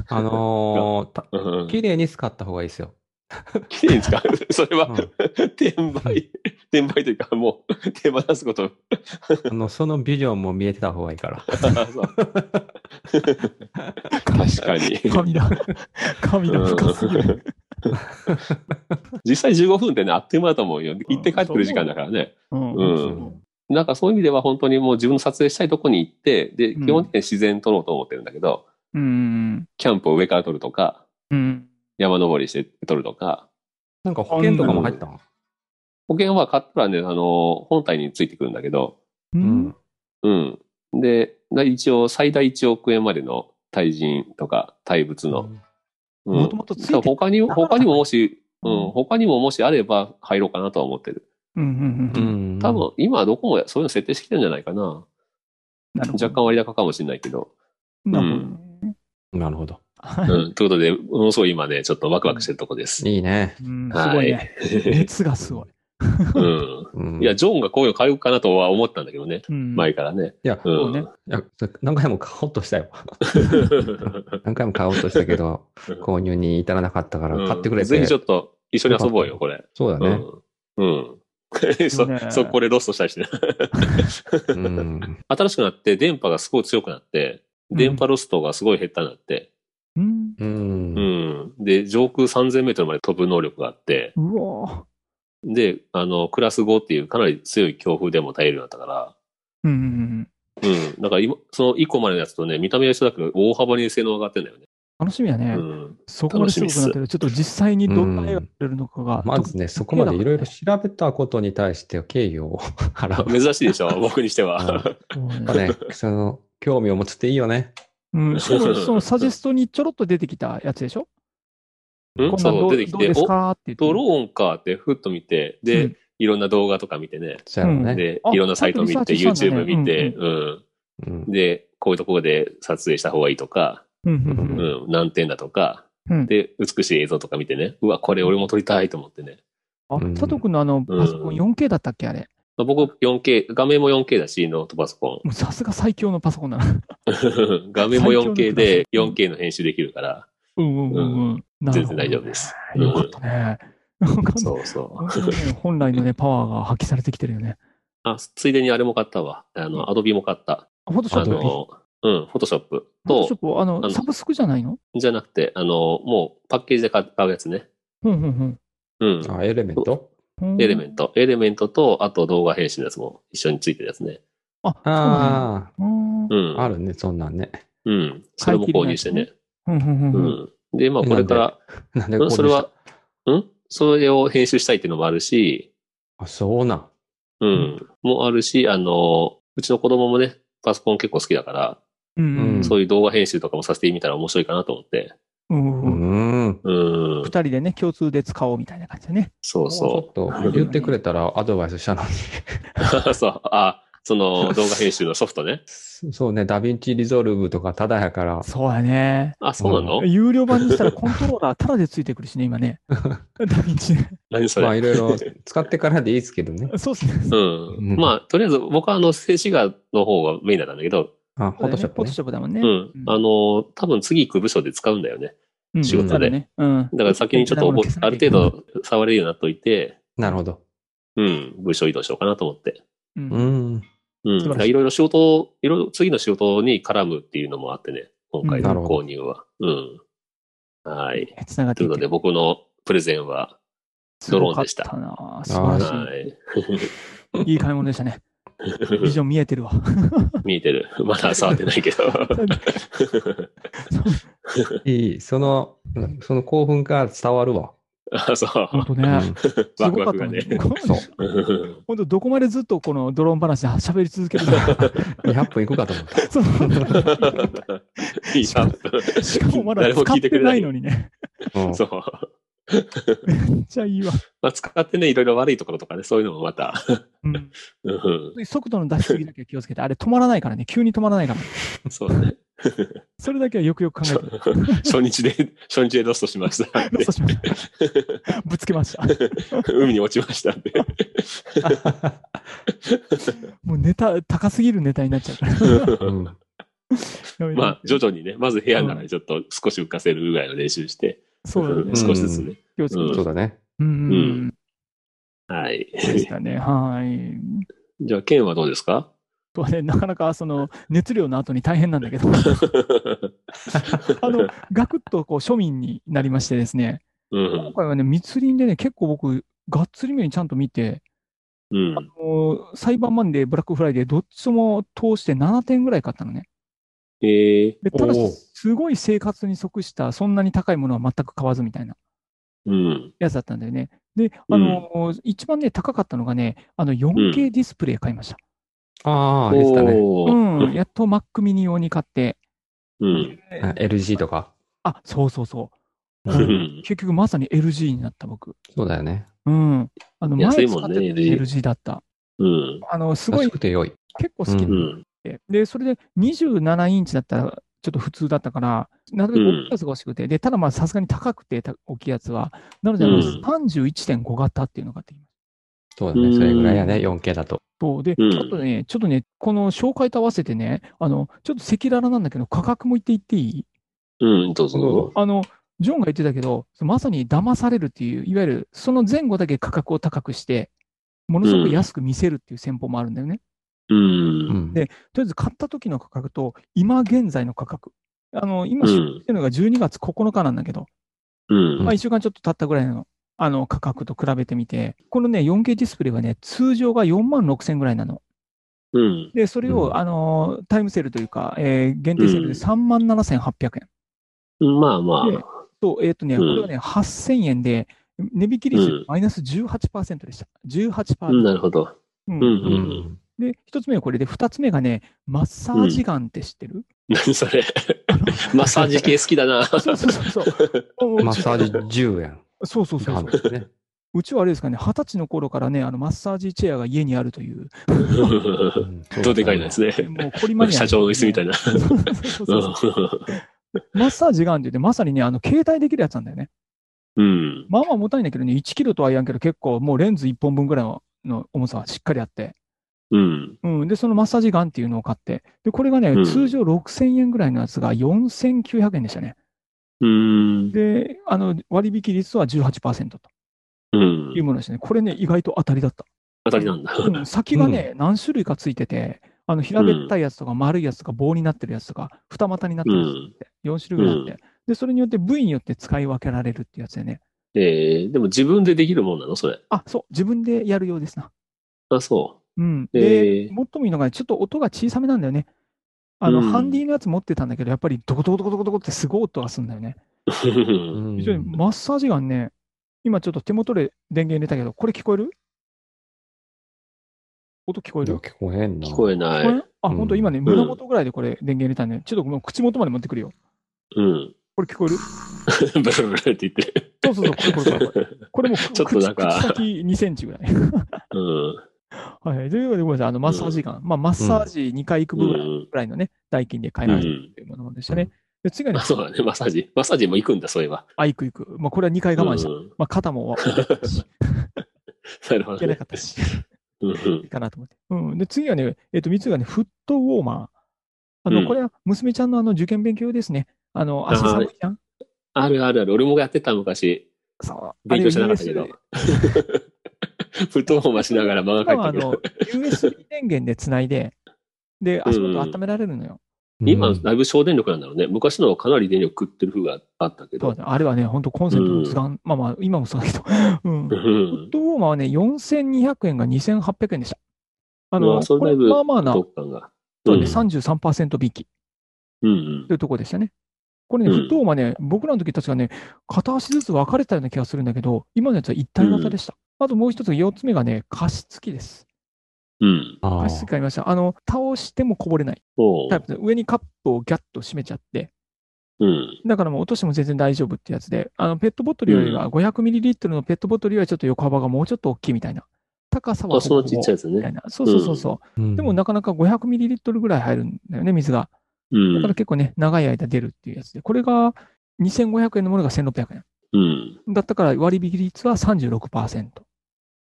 Speaker 4: あのーた
Speaker 2: うん
Speaker 4: 綺麗に使った方がいいですよ。
Speaker 2: 綺麗に使う。それは
Speaker 4: う、ん
Speaker 2: 転売、転売というかもう、手放すこと。
Speaker 4: あの、そのビジョンも見えてた方がいいから。
Speaker 2: あそう確かに。
Speaker 3: 神だ。 神だ、深すぎる。
Speaker 2: 実際15分ってね、あっという間だと思うよ。行って帰ってくる時間だからね。
Speaker 3: うん
Speaker 2: うんなんかそういう意味では本当にもう自分の撮影したいとこに行って、で、
Speaker 3: うん
Speaker 2: 基本的には自然撮ろうと思ってるんだけど、
Speaker 3: うん。
Speaker 2: キャンプを上から撮るとか、
Speaker 3: うん。
Speaker 2: 山登りして撮るとか、
Speaker 4: なんか保険とかも入ったの
Speaker 2: 保険は買ったらね、あの、本体についてくるんだけど、
Speaker 3: う
Speaker 4: うんん。。
Speaker 2: うん。で、だ一応最大1億円までの対人とか対物の。うん
Speaker 3: もともとついて
Speaker 2: だから他に、他にももし、うん
Speaker 3: うん、
Speaker 2: 他にももしあれば入ろうかなとは思ってる。
Speaker 3: うんうん
Speaker 4: う
Speaker 3: うん
Speaker 4: ん。
Speaker 2: 多分、今はどこもそういうの設定してきてるんじゃないかな。
Speaker 3: なるほど
Speaker 2: 若干割高かもしれないけど。
Speaker 3: なるほど
Speaker 2: う
Speaker 3: ね
Speaker 4: なるほど。
Speaker 3: は
Speaker 2: う
Speaker 3: い
Speaker 2: ん。ということで、ものすごい今ね、ちょっとワクワクしてるとこです。
Speaker 4: いいね。
Speaker 3: うん。すご
Speaker 2: はいい
Speaker 3: ね。熱がすごい。
Speaker 2: うん。
Speaker 4: うん
Speaker 2: いや、ジョンが声を変えようかなとは思ったんだけどね。
Speaker 3: うん
Speaker 2: 前からね。
Speaker 4: いや、
Speaker 2: うん
Speaker 3: そうね。
Speaker 4: いや、何回も買おうとしたよ。 何回も買おうとしたけど、購入に至らなかったから
Speaker 2: うん
Speaker 4: 買ってくれて。
Speaker 2: ぜひちょっと一緒に遊ぼうよ、これ。
Speaker 4: そうだ
Speaker 2: う
Speaker 4: ね。
Speaker 2: ん。うん。そ、 そこでロストしたりして。
Speaker 4: うん。
Speaker 2: 新しくなって、電波がすごい強くなって、電波ロストがすごい減ったなって。
Speaker 3: うん。
Speaker 4: う。
Speaker 2: うんん。で、上空3000メートルまで飛ぶ能力があって、
Speaker 3: うわ
Speaker 2: で、あの、クラス5っていうかなり強い強風でも耐えるようになったから、
Speaker 3: ぁ。うん。
Speaker 2: うん。だから今、その1個までのやつとね、見た目は一緒だけど、大幅に性能上がってんだよね。
Speaker 3: 楽しみだ
Speaker 2: う
Speaker 3: ね。
Speaker 2: ん。
Speaker 3: そこまですごくなってる。ちょっと実際にどんな絵が
Speaker 4: うん
Speaker 3: 出るのかが。
Speaker 4: まずね、そこまでいろいろ調べたことに対して敬意を 払う。
Speaker 2: 珍しい でしょ、僕にしては。
Speaker 3: そうね
Speaker 4: やっぱ ね、その、興味を持つっていいよね。
Speaker 3: うん、しかもそのサジェストにちょろっと出てきたやつでしょ
Speaker 2: うん
Speaker 3: こんなん
Speaker 2: そう、
Speaker 3: どう
Speaker 2: 出てき
Speaker 3: どう
Speaker 2: て、
Speaker 3: です
Speaker 2: お、
Speaker 3: かって言って。
Speaker 2: ドローンかってふっと見て、で、
Speaker 3: うん
Speaker 2: いろんな動画とか見てね、
Speaker 4: じゃあね。
Speaker 2: で
Speaker 3: あ、
Speaker 2: いろんなサイト見
Speaker 3: ちゃんと
Speaker 2: て、
Speaker 3: リサーチしたんだ
Speaker 2: YouTube
Speaker 3: ね
Speaker 2: 見て、うん、
Speaker 4: うん
Speaker 2: で、こういうところで撮影した方がいいとか、
Speaker 3: うん
Speaker 2: う、
Speaker 4: うん
Speaker 2: 難点だとか、
Speaker 3: うん
Speaker 2: で、美しい映像とか見てね、うわ、これ俺も撮りたいと思ってね。
Speaker 3: あ
Speaker 4: うん
Speaker 3: 佐藤君のあの、パソコン 4K だったっけあれ。
Speaker 2: 僕 4K、画面も 4K だし、ノートパソコン。
Speaker 3: もうさすが最強のパソコンだな。
Speaker 2: 画面も 4K で
Speaker 3: 最強の
Speaker 2: 4K の編集できるから、
Speaker 3: うんうんうんうん。なる
Speaker 2: 全
Speaker 3: ほ
Speaker 2: 然
Speaker 3: ど
Speaker 2: 大丈夫です。う
Speaker 3: よかっ
Speaker 2: ん
Speaker 3: たね。なんか
Speaker 2: そうそう。
Speaker 3: 本当にね本来のね、パワーが発揮されてきてるよね。
Speaker 2: あ、ついでにあれも買ったわ。あの、アドビも買った。
Speaker 3: フォトシ
Speaker 2: あ
Speaker 3: ョップ。フ
Speaker 2: の、うん、フォトショップ
Speaker 3: ォトショ
Speaker 2: と
Speaker 3: ッ、プ、あの、
Speaker 2: の
Speaker 3: サブスクじゃないの
Speaker 2: じゃなくて、あの、もうパッケージで買買うやつね。
Speaker 3: うんうん
Speaker 2: うん。
Speaker 4: あ、エレメント
Speaker 3: うん。
Speaker 2: エレメント。エレメントと、あと動画編集のやつも一緒についてるやつね。
Speaker 3: あ、そうなんだ
Speaker 4: あ
Speaker 3: うん
Speaker 2: う
Speaker 4: あ、あ
Speaker 2: ん。
Speaker 4: るね、そんなんね。
Speaker 2: うん。それも購入してね。
Speaker 3: うんうん
Speaker 2: う
Speaker 3: うんうん
Speaker 2: ん。で、まあ、
Speaker 4: え
Speaker 2: これから、
Speaker 4: なんで
Speaker 2: う
Speaker 4: こ
Speaker 2: ん
Speaker 4: う
Speaker 2: それは、うんそれを編集したいっていうのもあるし、
Speaker 4: あ、そうなん。
Speaker 2: うん。もあるし、あの、うちの子供もね、パソコン結構好きだから、
Speaker 3: うんうん
Speaker 2: そういう動画編集とかもさせてみたら面白いかなと思って。
Speaker 3: うん
Speaker 4: う
Speaker 3: うん。
Speaker 4: ん。
Speaker 2: うん
Speaker 3: 二。人でね、共通で使おうみたいな感じだね。
Speaker 2: そう
Speaker 4: も
Speaker 2: そう
Speaker 4: ちょっと言ってくれたらアドバイスしたのに。
Speaker 2: う。 そう。あ、その動画編集のソフトね。
Speaker 4: そうね、ダヴィンチリゾルブとかただやから、
Speaker 3: そうやね。
Speaker 2: あ、そうなの、
Speaker 3: 有料版にしたらコントローラータダでついてくるしね、今ね。 ダヴィンチね。
Speaker 2: 何それ、
Speaker 4: まあいろいろ使ってからでいいですけどね。
Speaker 3: そうですね。
Speaker 2: うん、
Speaker 4: うん
Speaker 2: まあ、とりあえず僕はあの、静止画の方がメインだったんだけど、
Speaker 4: あ、フォトショッ
Speaker 3: フ
Speaker 4: プ
Speaker 3: ォト
Speaker 4: ね。
Speaker 3: ショップだもんね。
Speaker 2: うん。
Speaker 3: うん
Speaker 2: あの、多分次行く部署で使うんだよね。
Speaker 3: うん
Speaker 4: 仕事で
Speaker 3: あるね。うん。
Speaker 2: だから先にちょっと覚えある程度触れるようになっといて、
Speaker 4: なるほど。
Speaker 2: うん、部署移動しようかなと思って。
Speaker 3: うん。
Speaker 4: うん。
Speaker 2: うん。
Speaker 3: 素晴らしい
Speaker 2: だからいろいろ仕事を、いろいろ次の仕事に絡むっていうのもあってね、今回
Speaker 4: うんなる
Speaker 2: の
Speaker 4: ほど
Speaker 2: 購入は。うん。はい。
Speaker 3: つながっ
Speaker 2: と
Speaker 3: て
Speaker 2: いう
Speaker 3: い
Speaker 2: ことで
Speaker 3: て。
Speaker 2: 僕のプレゼンは、
Speaker 3: すご
Speaker 2: ドロー
Speaker 3: か
Speaker 2: ン
Speaker 3: っ
Speaker 2: でした
Speaker 3: たな素
Speaker 4: は
Speaker 3: 晴
Speaker 4: い
Speaker 3: ら
Speaker 2: はい。
Speaker 3: しい。いい買い物でし たね。ビジョン見えてるわ。
Speaker 2: 見えてる。まだ触ってないけど。
Speaker 4: いい。その、その興奮が伝わるわ。
Speaker 2: あそう。
Speaker 3: 本当
Speaker 4: うん
Speaker 3: ね。す
Speaker 2: ワ
Speaker 3: ご
Speaker 2: クワ
Speaker 3: かっ
Speaker 2: ク
Speaker 3: た
Speaker 2: が
Speaker 3: ね
Speaker 2: ね。。
Speaker 4: そう。
Speaker 3: 本当、どこまでずっとこのドローン話で喋り続ける んだ
Speaker 4: 200分いくかと思った。
Speaker 3: そう
Speaker 2: いいな。
Speaker 3: しかもまだ
Speaker 2: 誰も
Speaker 3: 使
Speaker 2: 聞
Speaker 3: っ
Speaker 2: いてく
Speaker 3: て
Speaker 2: れ
Speaker 3: な
Speaker 2: ないい
Speaker 3: のにね。
Speaker 4: うん
Speaker 2: そう。
Speaker 3: めっちゃいいわ。
Speaker 2: まあ、使ってね、いろいろ悪いところとかね、そういうのもまた。
Speaker 3: うん
Speaker 2: うん
Speaker 3: 速度の出しすぎだけは気をつけて、あれ止まらないからね、急に止まらないから。
Speaker 2: そうだね。
Speaker 3: それだけはよくよく考えて、
Speaker 2: 初日で、初日でロストしましたって
Speaker 3: ロストし ました。ぶつけました。
Speaker 2: 海に落ちました って。
Speaker 3: もうネタ、高すぎるネタになっちゃうから。
Speaker 4: うん
Speaker 3: やめて
Speaker 2: まあ、徐々にね、まず部屋の中でちょっと少し浮かせるぐらいの練習して、
Speaker 3: そうだよね
Speaker 2: ん。少しずつね。
Speaker 3: 気をつけて。
Speaker 4: そうだね。
Speaker 3: うん。うん、
Speaker 2: はい。
Speaker 3: でしたね。はい。
Speaker 2: じゃあ、ケンはどうですか
Speaker 3: とはね、なかなかその熱量の後に大変なんだ けど、あの、ガクッとこう庶民になりましてですね、
Speaker 2: う
Speaker 3: 今
Speaker 2: ん。
Speaker 3: 回はね、密林でね、結構僕、がっつり目にちゃんと見て、
Speaker 2: うん。
Speaker 3: もうサイバーマンデー、ブラックフライデー、どっちとも通して7点ぐらい買ったのね。
Speaker 2: ええ
Speaker 3: でただ
Speaker 4: おお、
Speaker 3: すごい生活に即した、そんなに高いものは全く買わずみたいな
Speaker 2: うん。
Speaker 3: やつだったんだよね。で、あの、一番ね、高かったのがね、あの、4K ディスプレイ買いました。
Speaker 4: ああ、言ってたね。
Speaker 2: お
Speaker 3: う
Speaker 2: ー
Speaker 3: ん、やっと Mac mini 用に買って、
Speaker 2: うん。
Speaker 4: あ LG とか。
Speaker 3: あ、そうそうそう。
Speaker 2: う
Speaker 3: うん
Speaker 2: ん
Speaker 3: 結局まさに LG になった僕。
Speaker 4: そうだよね。
Speaker 3: うん。あの、前
Speaker 2: 安い
Speaker 3: 使
Speaker 2: もん
Speaker 3: ってた
Speaker 2: ね LG
Speaker 3: LG だった。
Speaker 2: うん。
Speaker 3: あの、すご
Speaker 4: 安
Speaker 3: い
Speaker 4: くて良い。
Speaker 3: 結構好きで
Speaker 2: う。
Speaker 4: うん
Speaker 3: で、それで27インチだったら、ちょっと普通だったから、なるべく大きいやつが欲しくて、で、ただまあさすがに高くてた大きいやつは、なのであの、
Speaker 2: うん
Speaker 3: 31.5型っていうのがあってきました。
Speaker 4: そうだね。それぐらいやね。4K だと。
Speaker 3: そうで、
Speaker 2: うん
Speaker 3: ちょっとね、ちょっとね、この紹介と合わせてね、あの、ちょっと赤裸々なんだけど、価格も言っていっていい
Speaker 2: うん。どうぞどうぞ。
Speaker 3: あの、ジョンが言ってたけど、まさに騙されるっていう、いわゆるその前後だけ価格を高くして、ものすごく安く見せるっていう戦法もあるんだよね。
Speaker 2: う。
Speaker 4: うんん。
Speaker 3: でとりあえず買った時の価格と、今現在の価格。あの、今
Speaker 2: う
Speaker 3: 知っ
Speaker 2: ん。
Speaker 3: てるのが12月9日なんだけど、
Speaker 2: うん
Speaker 3: まあ1週間ちょっと経ったぐらいの、あの、価格と比べてみて、このね、4K ディスプレイはね、通常が4万6000ぐらいなの。
Speaker 2: うん。
Speaker 3: で、それ
Speaker 4: う
Speaker 3: を、
Speaker 4: ん
Speaker 3: あのー、タイムセールというか、えー限定セールで3万7800円。
Speaker 2: まあま
Speaker 3: でと、えっ、とね、こ
Speaker 2: うん
Speaker 3: れはね、8000円で、値引き
Speaker 2: うん
Speaker 3: 率マイナス18%でした。18%。
Speaker 2: あ。なるほど。
Speaker 3: う
Speaker 2: うん
Speaker 3: ん
Speaker 4: う
Speaker 2: うんうん。
Speaker 4: ん。
Speaker 3: で、1つ目はこれで、2つ目がね、マッサージガンって知ってる、
Speaker 2: 何それ。マッサージ系好きだな。
Speaker 3: そうそう そうそう。
Speaker 4: マッサージ10円。
Speaker 3: そうそうそうそう。
Speaker 4: ね。
Speaker 3: うちはあれですかね、二十歳の頃からね、あのマッサージチェアが家にある という、
Speaker 4: うん
Speaker 2: どうでかいのですね。
Speaker 3: もう凝りマニア、
Speaker 2: 社長の椅子みたい
Speaker 3: な。
Speaker 2: な。
Speaker 3: そうそうそうそうマッサージガンって言って、まさにね、あの携帯できるやつなんだよね。
Speaker 2: うん。
Speaker 3: まあまあ重たいんだけどね、1キロとは言わんけど、結構もうレンズ1本分ぐらいのの重さはしっかりあって、
Speaker 2: うん。
Speaker 3: うん、で、そのマッサージガンっていうのを買って、で、これがね、
Speaker 2: うん
Speaker 3: 通常6000円ぐらいのやつが4900円でしたね。
Speaker 2: うん。
Speaker 3: で、あの割引率は18%と
Speaker 2: うん
Speaker 3: いう。ものでしたね。これね、意外と当たりだった。
Speaker 2: 当たりなんだ。
Speaker 3: うん先がね、何種類かついてて、あの平べったいやつとか丸いやつとか棒になってるやつとか、二股になってるやつって、4種類ぐらいあって、で、それによって部位によって使い分けられるっていうやつでね。
Speaker 2: えー、でも自分でできるもんなのそれ。
Speaker 3: あ、そう、自分でやるようですな。
Speaker 2: あ、そ
Speaker 3: うん。で、
Speaker 2: えー
Speaker 3: 最もいいのが、ちょっと音が小さめなんだよね。あの、
Speaker 2: うん
Speaker 3: ハンディのやつ持ってたんだけど、やっぱりドコドコドコドコドコってすごい音がするんだよね。
Speaker 2: う。
Speaker 4: うん
Speaker 3: 非常にマッサージガンね、今ちょっと手元で電源入れたけど、これ聞こえる音聞こえ
Speaker 4: いや
Speaker 3: る
Speaker 4: 聞こえんな。
Speaker 2: 聞こえ
Speaker 3: こ
Speaker 2: な
Speaker 3: れ
Speaker 2: い。
Speaker 3: あ、
Speaker 4: うん
Speaker 3: 本当今ね、
Speaker 2: ん
Speaker 3: 胸元ぐらいでこれ電源入れたんで、ちょっともう口元まで持ってくるよ。
Speaker 2: うん。
Speaker 3: これ聞こえる
Speaker 2: ブルブルブルって言ってる。
Speaker 3: そうそうそう、これこれこれこ れ。こ れもち
Speaker 2: ょっとなんか
Speaker 3: 口先2センチぐらい。
Speaker 2: うん。
Speaker 3: はい。ということで、ごめんなさい。あの、マッサージガン。まあ、マッサージ2回行く分ぐらい
Speaker 2: うん
Speaker 3: ぐらいのね、代金で買え
Speaker 2: う
Speaker 3: られる
Speaker 2: ん。
Speaker 3: というものでしたね。で、次はね
Speaker 2: あ、、そうだね。マッサージ。マッサージも行くんだ、そういえば。
Speaker 3: あ、行く行く。まあ、これは2回我慢した。
Speaker 2: うん
Speaker 3: まあ、肩も折れたし、
Speaker 2: なるほど
Speaker 3: いけな
Speaker 2: ね
Speaker 3: かっ。たし、
Speaker 2: うんうん
Speaker 3: いいかなと 思って。うん。で、次はね、えっ、と、3つがね、フットウォーマー。あ
Speaker 2: う
Speaker 3: の、
Speaker 2: ん
Speaker 3: これは娘ちゃんのあの、受験勉強ですね。あの、足寒いじゃん
Speaker 2: あるあるある。俺もやってた、昔。
Speaker 3: そう。
Speaker 2: 勉強してなかったけど。フットボーマしながら漫
Speaker 3: 今は
Speaker 2: 画
Speaker 3: あ
Speaker 2: 描いて
Speaker 3: の
Speaker 2: る。
Speaker 3: USB 電源でつないで、で、足元温められるのよ。
Speaker 2: 今、だいぶ省電力なんだろうね。昔のはかなり電力食ってる風があったけ
Speaker 3: そう
Speaker 2: ど。
Speaker 3: だねあれはね、本当コンセントもつがん、まあまあ、今もそうだけど、 うん。
Speaker 2: う
Speaker 3: フッ
Speaker 2: ん。
Speaker 3: トウォーマーはね、4200円が2800円でした。あ
Speaker 2: う
Speaker 3: の、
Speaker 2: わそれ
Speaker 3: こ
Speaker 2: だ
Speaker 3: れ、
Speaker 2: いぶ
Speaker 3: まあまあな、
Speaker 2: 特感が。
Speaker 3: そうね
Speaker 2: うん
Speaker 3: 33%引き
Speaker 2: うん
Speaker 3: というところでしたね。これね、
Speaker 2: うん
Speaker 3: 沸騰はね、僕らの時確かね、片足ずつ分かれたような気がするんだけど、今のやつは一体型でした。あともう一つ、四つ目がね、加湿器です。
Speaker 2: うん。
Speaker 4: あ
Speaker 3: 加湿器買いました。あの、倒してもこぼれない
Speaker 2: おう
Speaker 3: タイプで、上にカップをギャッと閉めちゃって、
Speaker 2: うん。
Speaker 3: だからもう落としても全然大丈夫ってやつで、あの、ペットボトルよりは、500ml のペットボトルよりはちょっと横幅がもうちょっと大きいみたいな。高さは
Speaker 2: あ、そのちっちゃい
Speaker 3: い
Speaker 2: やつ
Speaker 3: みた
Speaker 2: ね
Speaker 3: い。な。そうそうそうそう。でも
Speaker 4: な、
Speaker 3: なかなか 500ml ぐらい入るんだよね、水が。
Speaker 2: う
Speaker 3: だから
Speaker 2: ん。
Speaker 3: 結構ね、長い間出るっていうやつで、これが2500円のものが1600円。
Speaker 2: うん。
Speaker 3: だったから割引率は36%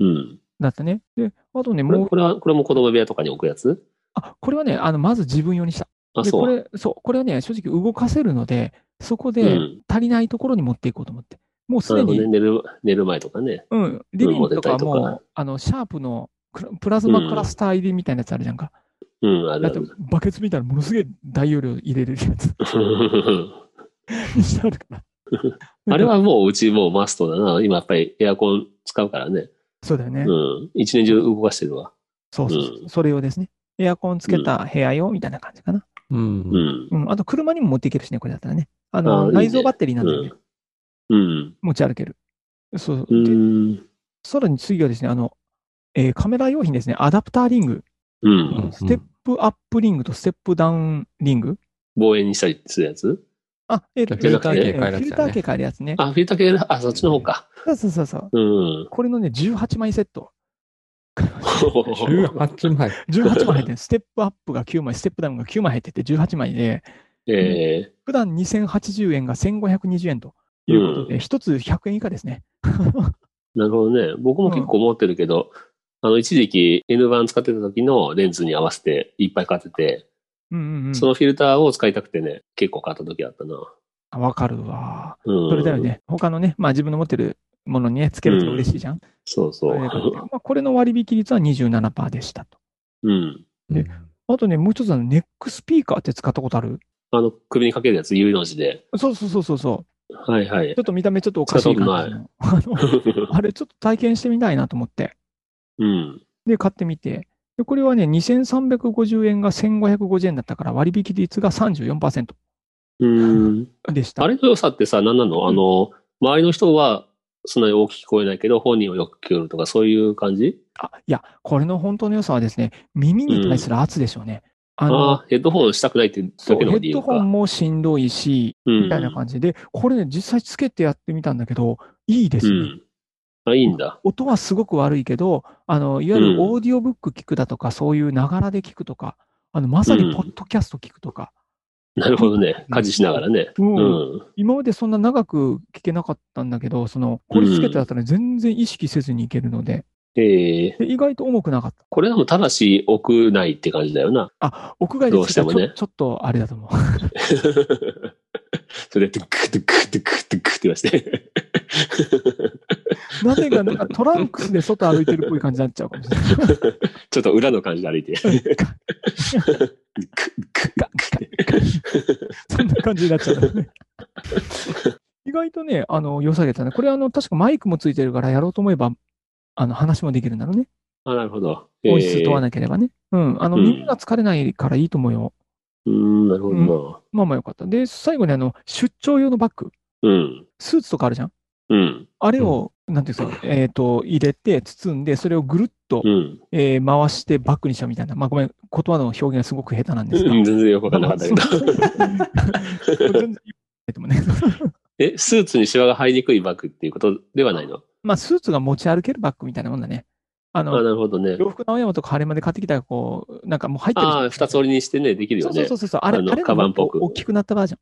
Speaker 2: うん。
Speaker 3: だったね。で、あとね、
Speaker 2: こ
Speaker 3: も
Speaker 2: れ
Speaker 3: う、
Speaker 2: これは、これも子供部屋とかに置くやつ
Speaker 3: あ、これはね、あの、まず自分用にした。
Speaker 2: あ、
Speaker 3: で、
Speaker 2: そ
Speaker 3: こ
Speaker 2: う。
Speaker 3: れ、そう、これはね、正直動かせるので、そこ
Speaker 2: う
Speaker 3: で
Speaker 2: ん。
Speaker 3: 足りないところに持っていこうと思って。もうす
Speaker 2: な
Speaker 3: で
Speaker 2: るほどね。
Speaker 3: に、
Speaker 2: 寝る、寝る前とかね。
Speaker 3: うん、リビングとかは
Speaker 2: うん持ってったり
Speaker 3: も
Speaker 2: と
Speaker 3: う、あの、シャープのクラプラズマクラスター入りみたいなやつあるじゃんか。
Speaker 2: うん、ある
Speaker 3: だ
Speaker 2: あ
Speaker 3: って
Speaker 2: る。、
Speaker 3: バケツみたいなものすげえ大容量入れれる やつにしてあるから。
Speaker 2: あれはもううちもうマストだな。今やっぱりエアコン使うからね。
Speaker 3: そうだよね。
Speaker 2: うん。一年中動かしてるわ。
Speaker 3: そうそうそう
Speaker 2: う
Speaker 3: それ用ですね。エアコンつけた部屋用みたいな感じかな。
Speaker 4: うん
Speaker 2: うん。
Speaker 3: うん。あと、車にも持っていけるしね、これだったらね。あの、
Speaker 2: あーいいね
Speaker 3: 内蔵バッテリーなんでね、
Speaker 2: うん。
Speaker 3: 持ち歩ける。そう
Speaker 2: う
Speaker 3: そう。で、
Speaker 2: ん。
Speaker 3: さらに次はですね、あの、えーカメラ用品ですね、アダプターリング、
Speaker 2: うん。
Speaker 3: ステップアップリングとステップダウンリング。
Speaker 2: 望遠にしたりするやつ
Speaker 3: あ、えっ
Speaker 4: フ
Speaker 3: と、
Speaker 2: ィルター系
Speaker 3: え
Speaker 4: 変える
Speaker 3: フ
Speaker 4: やつだね
Speaker 3: ィルター系変えるやつね。
Speaker 2: あ、フィルター系だ。あ、そっちの方か。
Speaker 3: そうそうそうそう。
Speaker 2: うん。
Speaker 3: これのね、18枚セット。
Speaker 4: 18枚。
Speaker 3: 18枚入ってる。ステップアップが9枚、ステップダウンが9枚入ってて、18枚で、
Speaker 2: ええ
Speaker 3: 普段2080円が1520円ということで、一、つ100円以下ですね。
Speaker 2: なるほどね。僕も結構持ってるけど、あの、一時期 N 版使ってた時のレンズに合わせていっぱい買ってて、
Speaker 3: うんうんうん。
Speaker 2: そのフィルターを使いたくてね、結構買った時あったな。
Speaker 3: あわかるわ。
Speaker 2: うん。
Speaker 3: それだよ。ね。他のね、まあ自分の持ってるものにね、つけると嬉しいじゃん。
Speaker 2: そう
Speaker 3: そ
Speaker 2: そ
Speaker 3: れで買って
Speaker 2: う。
Speaker 3: まあ、これの割引率は27%でしたと。
Speaker 2: うん。
Speaker 3: であとね、もう一つあのネックスピーカーって使ったことある
Speaker 2: あの、首にかけるやつ、U の字で。
Speaker 3: そうそうそうそうそう。
Speaker 2: はいはい
Speaker 3: ちょ。っと見た目ちょっとおかしい感じの。あのあれちょっと体験してみたいなと思って。
Speaker 2: うん。
Speaker 3: で、買ってみて。で、これはね、2350円が1550円だったから割引率が34%
Speaker 2: うん。
Speaker 3: でした。
Speaker 2: あれの良さってさ、何なのあの、周りの人はそんなに大きく聞こえないけど、本人はよく聞こえるとか、そういう感じ
Speaker 3: あいや、これの本当の良さはですね、耳に対する圧でしょうね。あの、
Speaker 2: ああ、ヘッドホンしたくないってだ
Speaker 3: そう
Speaker 2: け
Speaker 3: ヘ
Speaker 2: の理
Speaker 3: ッ
Speaker 2: 由
Speaker 3: ド
Speaker 2: か。
Speaker 3: ホンもしんどいし、
Speaker 2: うん
Speaker 3: みたいな感じで、これね、実際つけてやってみたんだけど、いいです
Speaker 2: う
Speaker 3: ね。
Speaker 2: ん。あ、いいんだ。
Speaker 3: 音はすごく悪いけど、あの、いわゆ
Speaker 2: うん
Speaker 3: るオーディオブック聞くだとか、そういうながらで聞くとか、あの、まさ
Speaker 2: うん
Speaker 3: にポッドキャスト聞くとか、
Speaker 2: なるほどね。家事しながらね。
Speaker 3: う
Speaker 2: うんん。
Speaker 3: 今までそんな長く聞けなかったんだけど、その、これつけてだったら全然意識せずにいけるので、
Speaker 2: ええ
Speaker 3: で意外と重くなかった。
Speaker 2: これでもただし屋内って感じだよな。
Speaker 3: あ、屋外で
Speaker 2: どうして
Speaker 3: 聞い
Speaker 2: も
Speaker 3: たらちょ
Speaker 2: ね
Speaker 3: ちょっとあれだと思う。
Speaker 2: それで、ドゥクドゥクドゥクドゥクって言わして。
Speaker 3: なぜか、なんかトランクスで外歩いてるっぽい感じになっちゃうかもしれない。
Speaker 2: ちょっと裏の感じで歩いて。ドゥクドゥクドゥクって
Speaker 3: そんな感じになっちゃうんだよね。意外とね、あの、良さげだね。これ、あの、確かマイクもついてるから、やろうと思えば、あの、話もできるんだろうね。
Speaker 2: あ、なるほど。
Speaker 3: 音質問わ
Speaker 2: ない。
Speaker 3: なければね。うん。あの、
Speaker 2: うん
Speaker 3: 耳が疲れないからいいと思うよ。
Speaker 2: うーん、なるほど
Speaker 3: まあまあよかった。で、最後にあの、出張用のバッグ。
Speaker 2: な。うん。
Speaker 3: スーツとかあるじゃん。
Speaker 2: うん。
Speaker 3: あれを、なんていうんですか、えっ、と、入れて、包んで、それをぐるっと、
Speaker 2: うん。
Speaker 3: えー回してバッグにしたみたいな。まあごめん、言葉の表現がすごく下手なんですが。
Speaker 2: うん全然よくわかんなかったけど。
Speaker 3: 全然でもね。
Speaker 2: え、スーツにシワが入りにくいバッグっていうことではないの
Speaker 3: まあ、スーツが持ち歩けるバッグみたいなもんだね。あ
Speaker 2: あ、な
Speaker 3: の、
Speaker 2: るほどね。
Speaker 3: 洋服の青山とか晴れまで買ってきたら、こう、なんかもう入ってるじゃん
Speaker 2: ああ、二つ折りにしてね、できるよ
Speaker 3: そう
Speaker 2: ね
Speaker 3: そう。そうそう。あれ、
Speaker 2: あの
Speaker 3: あれ
Speaker 2: カバンっぽく
Speaker 3: 大きくなったバージョン。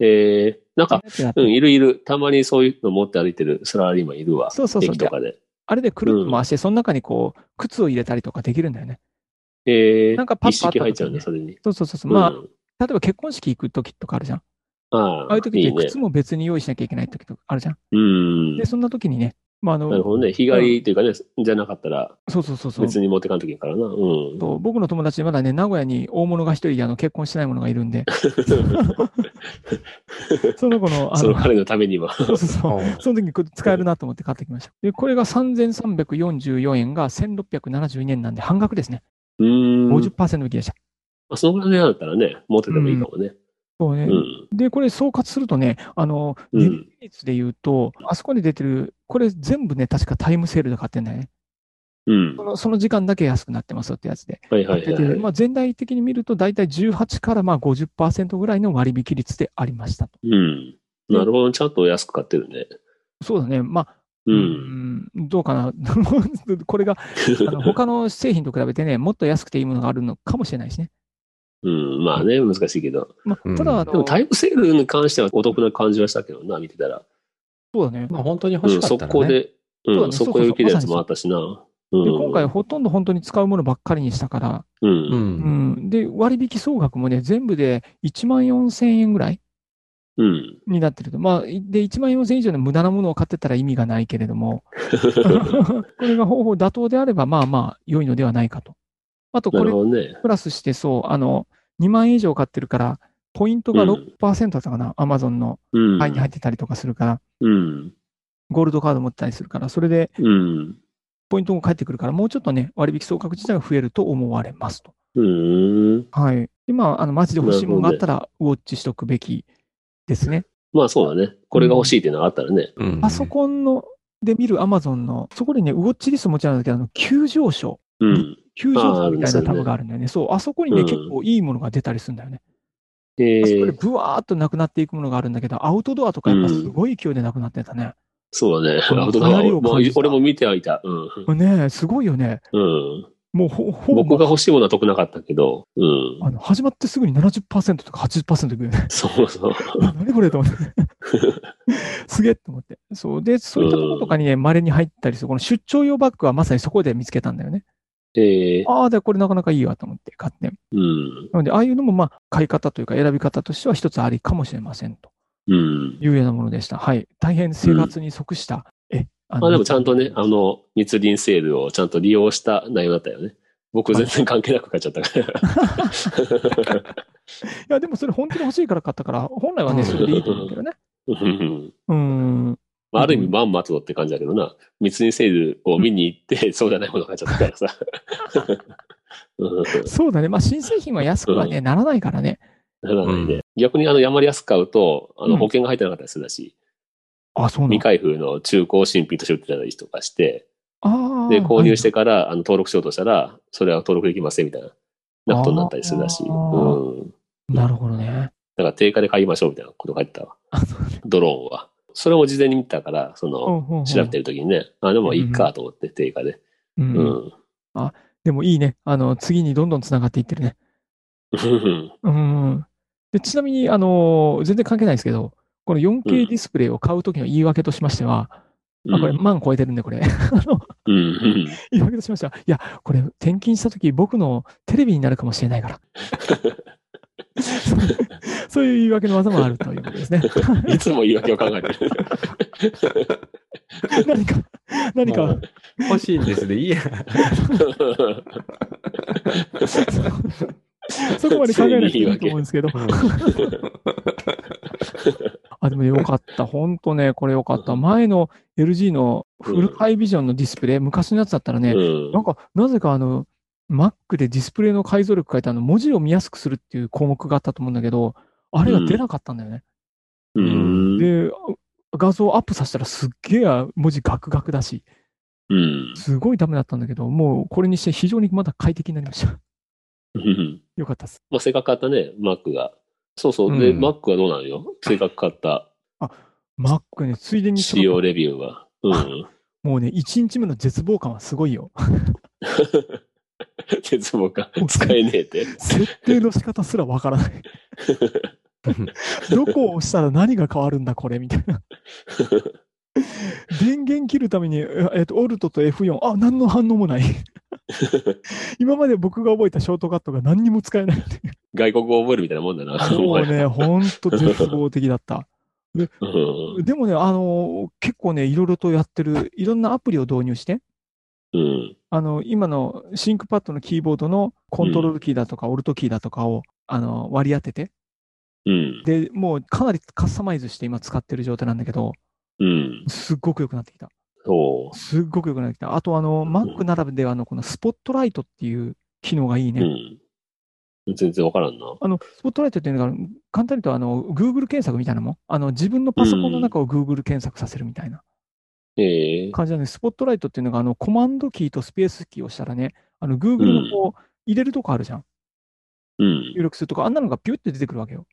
Speaker 2: えー、なんか、う、
Speaker 3: うん
Speaker 2: いるいる。たまにそういうの持って歩いてるサラリーマンいるわ。
Speaker 3: そうそうそう
Speaker 2: 駅とかで。
Speaker 3: あれでくるっと回して、その中にこう、靴を入れたりとかできるんだよね。
Speaker 2: えー、
Speaker 3: なんかパッ
Speaker 2: 一
Speaker 3: とあっ
Speaker 2: 式
Speaker 3: た時に
Speaker 2: 入っちゃうんだ、それに。
Speaker 3: そうそうそうそう。
Speaker 2: う
Speaker 3: ま
Speaker 2: ん、
Speaker 3: あ、例えば結婚式行く時とかあるじゃん。
Speaker 2: あ
Speaker 3: ああいう時っ
Speaker 2: い
Speaker 3: て
Speaker 2: いね。
Speaker 3: 靴も別に用意しなきゃいけない時とかあるじゃん。
Speaker 2: うん。
Speaker 3: で、そんな時にね、まあ、あ
Speaker 2: なる
Speaker 3: の、
Speaker 2: ほどね。日帰りというかね、じゃなかったら、
Speaker 3: そうそうそうそう。
Speaker 2: 別に持ってかんときからな。うん。
Speaker 3: と僕の友達でまだね、名古屋に大物が一人、あの、結婚してない者がいる んで、その子の、あ
Speaker 2: そ
Speaker 3: の
Speaker 2: の、彼のためには。
Speaker 3: そうそうそう。
Speaker 4: あ
Speaker 3: その時にこれ使えるなと思って買ってきました。で、これが3344円が1672円なんで半額ですね。
Speaker 2: うん。
Speaker 3: 50%引きでした。
Speaker 2: まあ、そのぐらいのやつだったらね、持っててもいいかもね。
Speaker 3: そうね。
Speaker 2: うん。
Speaker 3: で、これ総括するとね、あの、
Speaker 2: うん
Speaker 3: リリースで言うと、あそこに出てる、これ全部ね、確かタイムセールで買ってんだよね。
Speaker 2: うん
Speaker 3: そ。のその時間だけ安くなってますよってやつで。
Speaker 2: はいはいはい
Speaker 3: で
Speaker 2: はい。
Speaker 3: まあ、全体的に見ると、大体18からまあ50%ぐらいの割引率でありましたと。
Speaker 2: うん。なるほど。ちゃんと安く買ってるね。
Speaker 3: そうだね。まあ、
Speaker 2: うん。
Speaker 3: うんどうかな。 これが、あの他の製品と比べてね、もっと安くていいものがあるのかもしれないしね。
Speaker 2: うん。まあね、難しいけど。
Speaker 3: ま
Speaker 4: う
Speaker 3: あ、
Speaker 4: ん
Speaker 3: ただ、あの
Speaker 2: でもタイムセールに関してはお得な感じはしたけどな、見てたら。
Speaker 3: そうだね。
Speaker 4: まあ本当に
Speaker 2: う
Speaker 4: 欲し
Speaker 2: ん、
Speaker 4: かった
Speaker 2: 速攻
Speaker 4: らね。
Speaker 2: で、うん、
Speaker 3: そうだね
Speaker 2: 速攻で受けるやつもあったしな。うん
Speaker 3: で、今回ほとんど本当に使うものばっかりにしたから、
Speaker 2: う。
Speaker 4: うん。
Speaker 3: うんん。で、割引総額もね、全部で1万4000円ぐらい
Speaker 2: うん。
Speaker 3: になってると。まあ、で、1万4000円以上の無駄なものを買ってたら意味がないけれども、 これが方法妥当であれば、まあまあ、良いのではないかと。あと、
Speaker 2: な
Speaker 3: こ
Speaker 2: る
Speaker 3: れ
Speaker 2: ほどね。
Speaker 3: プラスして、そう、あの、2万円以上買ってるから、ポイントが6%だったかな、アマゾンの
Speaker 2: うん。
Speaker 3: 会に入ってたりとかするから、
Speaker 2: うん。
Speaker 3: ゴールドカード持ってたりするから、それで
Speaker 2: うん。
Speaker 3: ポイントも返ってくるから、もうちょっとね、割引総額自体が増えると思われますと。
Speaker 2: うん。
Speaker 3: はい。で、まあ、あの、マジで欲しいものがあったら、ウォッチしとくべきですね。
Speaker 2: まあそうだね。これが欲しいっていうのがあったらね。
Speaker 4: うん
Speaker 3: パソコンの、で見るアマゾンの、そこでね、ウォッチリストもちろんだけど、あの、急上昇、
Speaker 2: うん。
Speaker 3: 急上
Speaker 2: あーあ
Speaker 3: 昇
Speaker 2: る
Speaker 3: み
Speaker 2: ね
Speaker 3: たい
Speaker 2: そ
Speaker 3: な
Speaker 2: れね
Speaker 3: タブがあるんだよね。そう、あそこにね、
Speaker 2: うん
Speaker 3: 結構いいものが出たりするんだよね。
Speaker 2: え
Speaker 3: あそこで
Speaker 2: ー、
Speaker 3: ブワーっとなくなっていくものがあるんだけど、アウトドアとかやっぱすごい勢いでなくなってたね。
Speaker 2: そうだね。
Speaker 3: うん
Speaker 2: アウトド
Speaker 3: か
Speaker 2: ア
Speaker 3: なり
Speaker 2: を
Speaker 3: を
Speaker 2: まあ
Speaker 3: 感じた
Speaker 2: 俺も見てはいた。うん。
Speaker 3: これねすごいよね。
Speaker 2: うん。
Speaker 3: もうほ、ほぼ、
Speaker 2: 僕が欲しいものは得なかったけど、うん。
Speaker 3: あの始まってすぐに70%とか80%いく よね。
Speaker 2: そうそう。
Speaker 3: 何これと 思って。すげえと思って。そう。で、そういったものとかにね、稀に入ったりする。この出張用バッグはまさにそこで見つけたんだよね。
Speaker 2: えー、
Speaker 3: ああ、で、これなかなかいいわと思って買って。
Speaker 2: うん。
Speaker 3: なので、ああいうのも、まあ、買い方というか選び方としては一つありかもしれませんと
Speaker 2: うん。
Speaker 3: いうようなものでした。はい。大変生活に即した。え、あ
Speaker 2: まあでもちゃんとね、あの、密林セールをちゃんと利用した内容だったよね。僕全然関係なく買っちゃった から。
Speaker 3: いや、でもそれ本当に欲しいから買ったから、本来は
Speaker 4: う
Speaker 3: ね、
Speaker 4: ん
Speaker 3: それでいいと思うけどね。
Speaker 2: うん
Speaker 3: うん。
Speaker 2: まあある意味、まんまとって感じだけどな。密林セールを見に行って、そうじゃないもの買っちゃったからさ。 うん
Speaker 3: そうだね。まあ、新製品は安くはね、ならないからね。
Speaker 2: ならないね
Speaker 4: うん
Speaker 2: 逆にあの山り安く買うと、あ
Speaker 3: う
Speaker 2: の
Speaker 3: ん
Speaker 2: 保険が入ってなかったりするだし、
Speaker 3: あ、そうなん
Speaker 2: 未
Speaker 3: だ。
Speaker 2: 開封の中古を新品として売ってたりとかして、
Speaker 3: ああ。
Speaker 2: で、購入しててからあの登録しようとしたら、それは登録できませんみたいな、なことになったりするだし、う
Speaker 3: あー
Speaker 2: ん。
Speaker 3: なるほどね。
Speaker 2: だから定価で買いましょうみたいなこと書いてたわ。ドローンは。それも事前に見てたから、その、調べてるときにね、あ、でもいいかと思って、定価で。
Speaker 3: う。
Speaker 2: うん
Speaker 3: うん
Speaker 2: ん。
Speaker 3: でもいいね。あの、次にどんどん繋がっていってるね。 うん。で、ちなみに、あの、全然関係ないですけど、この 4K ディスプレイを買うときの言い訳としましては、あ、これ、万超えてるんで、これ。
Speaker 2: うんうん。
Speaker 3: 言い訳としましては、いや、これ、転勤したとき、僕のテレビになるかもしれない から。そう いう言い訳の技もあるということ ですね。
Speaker 2: いつも言い訳を考えて る。
Speaker 3: 何か、何
Speaker 4: も
Speaker 3: か
Speaker 4: う、欲しいんですでいいや。
Speaker 3: そこまで考えなくていいと思うんですけど。あ、でもよかった。ほんとね、これよかった。前の LG のフルハイビジョンのディスプレイ、昔のやつだったらね、
Speaker 2: うん
Speaker 3: なんか、なぜかあの、Mac でディスプレイの解像力変えて、あの、文字を見やすくするっていう項目があったと思うんだけど、あれが出なかったんだよね。
Speaker 2: うん。
Speaker 3: で、画像をアップさせたらすっげえ文字ガクガクだし、
Speaker 2: うん。
Speaker 3: すごいダメだったんだけど、もうこれにして非常にまだ快適になりました。
Speaker 2: うん
Speaker 3: よかったです。
Speaker 2: まあ、せっかく買ったね、Mac が。そうそう。で、
Speaker 4: うん
Speaker 2: Mac はどうなるよせっかく買った
Speaker 3: Mac ね、ついでにち
Speaker 2: 仕
Speaker 3: ょ
Speaker 2: 様
Speaker 3: っ
Speaker 2: レビューは。 うん。
Speaker 3: と、もうね、1日目の絶望感はすごいよ。
Speaker 2: 絶望感。使えねえって。
Speaker 3: 設定の仕方すらわからない。 どこを押したら何が変わるんだ、これ、みた いな。電源切るために、ええっと、オルトと F4、あ、何の反応 もない。今まで僕が覚えたショートカットが何にも使えないっていう。
Speaker 2: 外国語覚えるみたいなもんだ な。 お
Speaker 3: もう
Speaker 2: 前
Speaker 3: ね、ほんと絶望的だった。
Speaker 2: うん
Speaker 3: でもね、あの、結構ね、いろいろとやってる、いろんなアプリを導入して、
Speaker 2: うん。
Speaker 3: あの、今のシンクパッドのキーボードのコントロールキーだとか、オルトキーだとかを、あの、割り当てて、
Speaker 2: うん。
Speaker 3: で、もうかなりカスタマイズして今使ってる状態なんだけど、
Speaker 2: うん。
Speaker 3: すっごく良くなってきた。
Speaker 2: そ
Speaker 3: すっごく良くなってきた。あと、あの、
Speaker 2: ん
Speaker 3: Mac ならではのこのスポットライトっていう機能がいいね。
Speaker 2: う。うん。全然わからんな。
Speaker 3: あの、スポットライトっていうのが、簡単に言うと、あの、Google 検索みたいなもん。あの、自分のパソコンの中を Google 検索させるみたいな
Speaker 2: ええ
Speaker 3: 感じなんで、スポットライトっていうのが、あの、コマンドキーとスペースキーをしたらね、あの、Google のこう、入れるとこあるじゃん。
Speaker 2: うん。
Speaker 3: 入力するとこ、あんなのがピュって出てくるわけよ。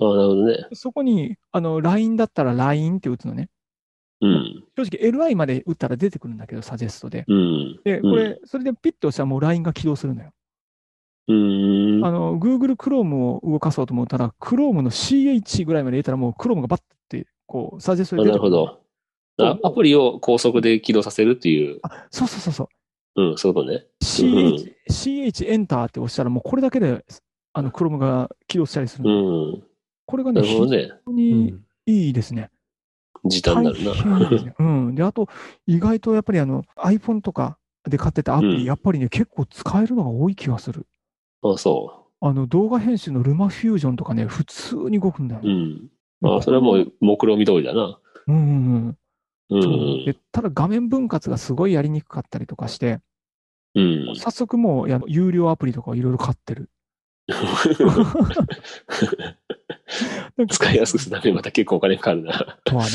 Speaker 2: ああ、なるほどね。
Speaker 3: そこに、あの、LINE だったら LINE って打つのね。
Speaker 2: うん。
Speaker 3: 正直 LI まで打ったら出てくるんだけど、サジェストで。
Speaker 2: うん。
Speaker 3: で、これ、それでピッと押したらもう LINE が起動するのよ。
Speaker 2: うーん。
Speaker 3: あの、Google Chrome を動かそうと思ったら、Chrome の CH ぐらいまで入れたら、もう Chrome がバッて、こう、サジェスト
Speaker 2: あ
Speaker 3: で出
Speaker 2: な
Speaker 3: て
Speaker 2: る
Speaker 3: く
Speaker 2: ほど。あアプリを高速で起動させるっていう、
Speaker 3: そうそうそうそう。
Speaker 2: うん、そういうことね。
Speaker 3: CH、CH エンターって押したら、もうこれだけで、あの、Chrome が起動したりする
Speaker 2: う
Speaker 3: の。
Speaker 2: ん。
Speaker 3: これが
Speaker 2: な
Speaker 3: ね、
Speaker 2: るほど
Speaker 3: 非
Speaker 2: ね。
Speaker 3: 常
Speaker 4: う
Speaker 3: に
Speaker 4: ん
Speaker 3: いいですね。
Speaker 2: 時短になるな。
Speaker 3: 大変です ね。うん。で、あと、意外とやっぱりあの、iPhone とかで買ってたアプリ、
Speaker 2: うん
Speaker 3: やっぱりね、結構使えるのが多い気がする。
Speaker 2: あそ
Speaker 3: あの、動画編集のルマフュージョンとかね、普通に動くんだよ
Speaker 2: う。う。ん。あそれはもう、目論見通りだな。
Speaker 3: うんうんうん。
Speaker 2: う。
Speaker 3: そうんでただ画面分割がすごいやりにくかったりとかして、
Speaker 2: うん。
Speaker 3: 早速もうや有料アプリとかをいろいろ買 ってる。なんか
Speaker 2: 使いやすくするためにまた結構お金かかるな。
Speaker 3: とはね。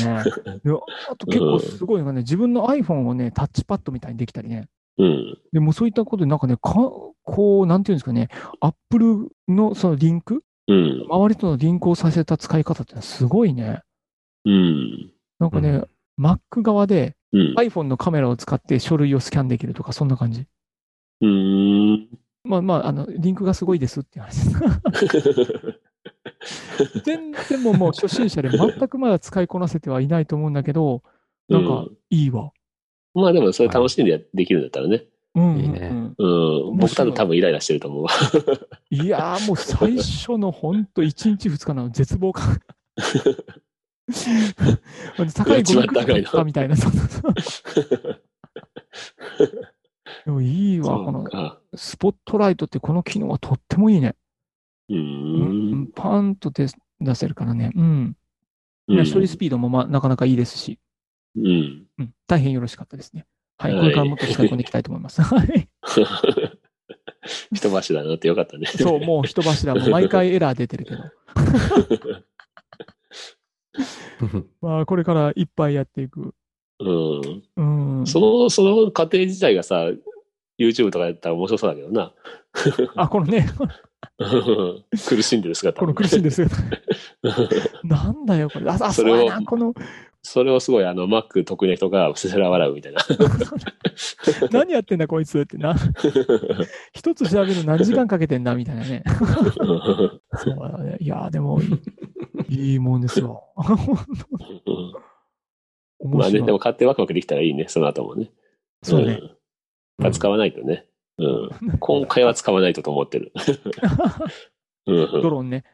Speaker 3: であと結構すごいのがね、自分の iPhone をね、タッチパッドみたいにできたりね。
Speaker 2: うん。
Speaker 3: でもうそういったことでなんかね、かこう、なんていうんですかね、Apple のそのリンク、
Speaker 2: うん。
Speaker 3: 周りとのリンクをさせた使い方ってのはすごいね。
Speaker 2: うん。
Speaker 3: なんかね、
Speaker 4: う
Speaker 3: Mac 側で
Speaker 2: うん。
Speaker 3: iPhone のカメラを使って書類をスキャンできるとか、そんな感じ。
Speaker 2: うーん。
Speaker 3: まあまあ、あの、リンクがすごいですっていう話です。 全然もうもう初心者で全くまだ使いこなせてはいないと思うんだけど、なん
Speaker 2: う
Speaker 3: かいいわ。
Speaker 2: まあでもそれ楽しんでやできるんだったらね。
Speaker 3: うんうんうん
Speaker 4: いいね
Speaker 2: うん。
Speaker 3: 面
Speaker 2: 僕多
Speaker 3: 白い
Speaker 2: 分多分イライラしてると思うわ。
Speaker 3: いやーもう最初のほんと1日2日の絶望 感。高いゴミ
Speaker 2: 一番高い
Speaker 3: だ
Speaker 2: の
Speaker 3: ったみたいな。そうそうそうでもいいわ、
Speaker 2: そ
Speaker 3: この
Speaker 2: うか。
Speaker 3: スポットライトってこの機能はとってもいいね。
Speaker 2: うーん。
Speaker 3: パンと出出せるからね。うん。ね処理スピードもまあなかなかいいですし、
Speaker 2: うん。
Speaker 3: うん、大変よろしかったですね。はい。
Speaker 2: はい
Speaker 3: これからもっと使い込んでいきたいと思い ます。はい。
Speaker 2: 人柱になってよかったね。
Speaker 3: そう、もう人柱、もう毎回エラー出てるけ ど。まあ、これからいっぱいやっていく。
Speaker 2: うん。
Speaker 3: うん。
Speaker 2: その、その過程自体がさ、YouTube とかやったら面白そうだけどな。
Speaker 3: あ、このね、
Speaker 2: うん苦しんでる姿。
Speaker 3: この苦しいんで すよ。なんだよ、これ。あ、あ
Speaker 2: そ
Speaker 3: そう
Speaker 2: れを
Speaker 3: やな、この、
Speaker 2: それをすごい、あの、Mac 得意な人がせせら笑うみたいな。
Speaker 3: 何やってんだ、こいつって な。一つ調べるの何時間かけてんだ、みたいなね。そうだねいやー、でも、いいもんですよ。面
Speaker 2: まあ
Speaker 3: 白
Speaker 2: ね、
Speaker 3: い。
Speaker 2: でも買ってワクワクできたらいいね、その後もね。
Speaker 3: そうね。
Speaker 2: んまあ使わないとね。うん。今回は使わないとと思って る。うん
Speaker 3: ドローンね。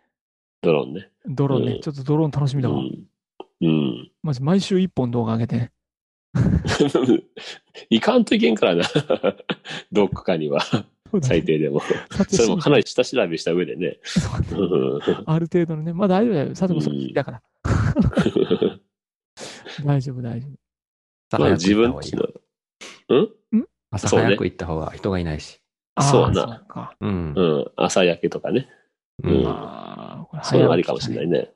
Speaker 2: ドローンね。
Speaker 3: ドローン
Speaker 2: う
Speaker 3: ね。
Speaker 2: ん
Speaker 3: ちょっとドローン楽しみ
Speaker 2: う
Speaker 3: だわ。
Speaker 2: ん。うん。
Speaker 3: マジ、毎週一本動画上げてね。
Speaker 2: いかんといけんからな。 どっかには。
Speaker 3: そうだね
Speaker 2: 最低 でも。
Speaker 3: 撮影
Speaker 2: それも
Speaker 3: し
Speaker 2: かなり下調べした上でね。
Speaker 3: そうだね
Speaker 2: うん
Speaker 3: ある程度のね、まあ大丈夫だよ。佐藤もそれ好きだから。大丈夫、大丈夫。
Speaker 4: 朝
Speaker 2: まあ
Speaker 4: 早く
Speaker 2: 自
Speaker 4: 行った
Speaker 2: 分
Speaker 4: 方がいい
Speaker 2: ち
Speaker 4: よ
Speaker 2: の。
Speaker 4: 朝
Speaker 2: そうね
Speaker 4: 早く行った方が人がいないし。
Speaker 3: あー
Speaker 2: そうだな
Speaker 3: うか。
Speaker 4: うん
Speaker 2: う。ん、朝焼けとかね。
Speaker 4: う
Speaker 2: うん
Speaker 4: ん。
Speaker 3: ああ、これ
Speaker 2: そういうのありかもしれない
Speaker 3: い。
Speaker 2: ね。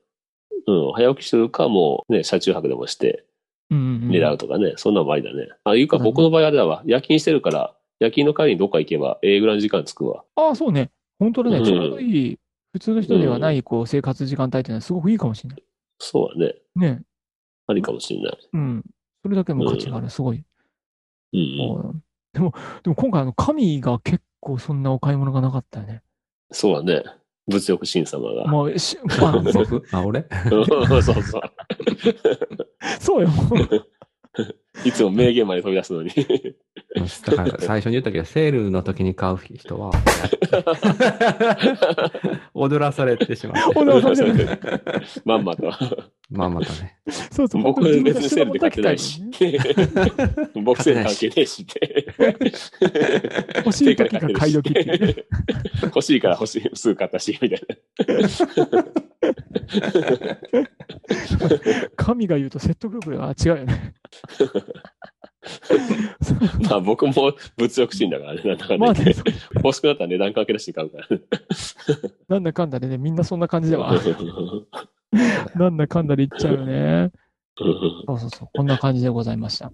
Speaker 2: うん、早起きするか、もうね、車中泊でもして
Speaker 3: うんうんうん、
Speaker 2: 狙うとかね、そんなのもありだね。あ、いうか僕の場合あれだわ。夜勤してるから、夜勤の帰りにどっか行けば、ええぐらいの時間つくわ。
Speaker 3: ああ、そうね。本当だ
Speaker 2: う
Speaker 3: ね。
Speaker 2: ん
Speaker 3: ちょうどいい、普通の人ではない、こう、生活時間帯っていうのはすごくいいかもしれない。
Speaker 2: そうだね。
Speaker 3: ね。
Speaker 2: ありかもしれない。
Speaker 3: うん。それだけでも価値がある。すごい。
Speaker 2: うん、うん。
Speaker 3: こうでも、でも今回、あの、神が結構そんなお買い物がなかったよね。
Speaker 2: そうだね。物欲審査が。
Speaker 3: まあ、しまあ、 そ
Speaker 4: 僕あ、俺
Speaker 2: うんそうそう。
Speaker 3: そうよ。
Speaker 2: いつも名言まで飛び出すのに。
Speaker 4: だから最初に言ったけど、セールの時に買う人は、 踊らされてしまう。
Speaker 3: おなされてる。
Speaker 2: まんまと。
Speaker 4: まあまたね。
Speaker 3: そうそう。
Speaker 2: 僕は別にセールで買ってないし。僕セール関係ねえしって。
Speaker 3: 欲しい時が買い時っていうね。
Speaker 2: 欲しいから欲しい、すぐ買ったし、みたいな。
Speaker 3: 神が言うと説得力が違うよね。
Speaker 2: まあ僕も物欲しいんだからね、なんだかんだ
Speaker 3: ま
Speaker 2: 言
Speaker 3: あ
Speaker 2: って
Speaker 3: ね、そう
Speaker 2: 欲しくなったら値段関係なしに買うからね。
Speaker 3: なんだかんだでね、みんなそんな感じだわ。
Speaker 2: う
Speaker 3: なんだかんだで言っちゃうよね。
Speaker 2: ん
Speaker 3: そうそうそう。こんな感じでございました。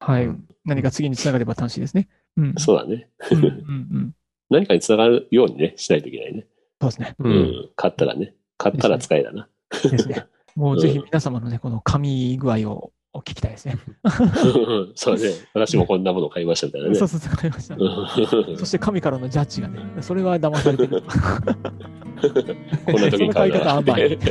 Speaker 3: はい。何か次につながれば楽しいですね。うん。
Speaker 2: そうだね。
Speaker 3: うんうんうん。
Speaker 2: 何かにつながるようにね、しないといけないね。
Speaker 3: そうですね。
Speaker 4: う。
Speaker 2: うんん買ったらね。買ったら使いだ な。
Speaker 3: ですね。もうぜひ皆様のね、この紙具合をお聞きたいですね。
Speaker 2: そうね。私もこんなもの買いましたみたいなね
Speaker 3: そう。そうそう、わかりました。
Speaker 2: うん
Speaker 3: そして神からのジャッジがね、それは騙されて る。
Speaker 2: こんな時に買うから
Speaker 3: その 買い方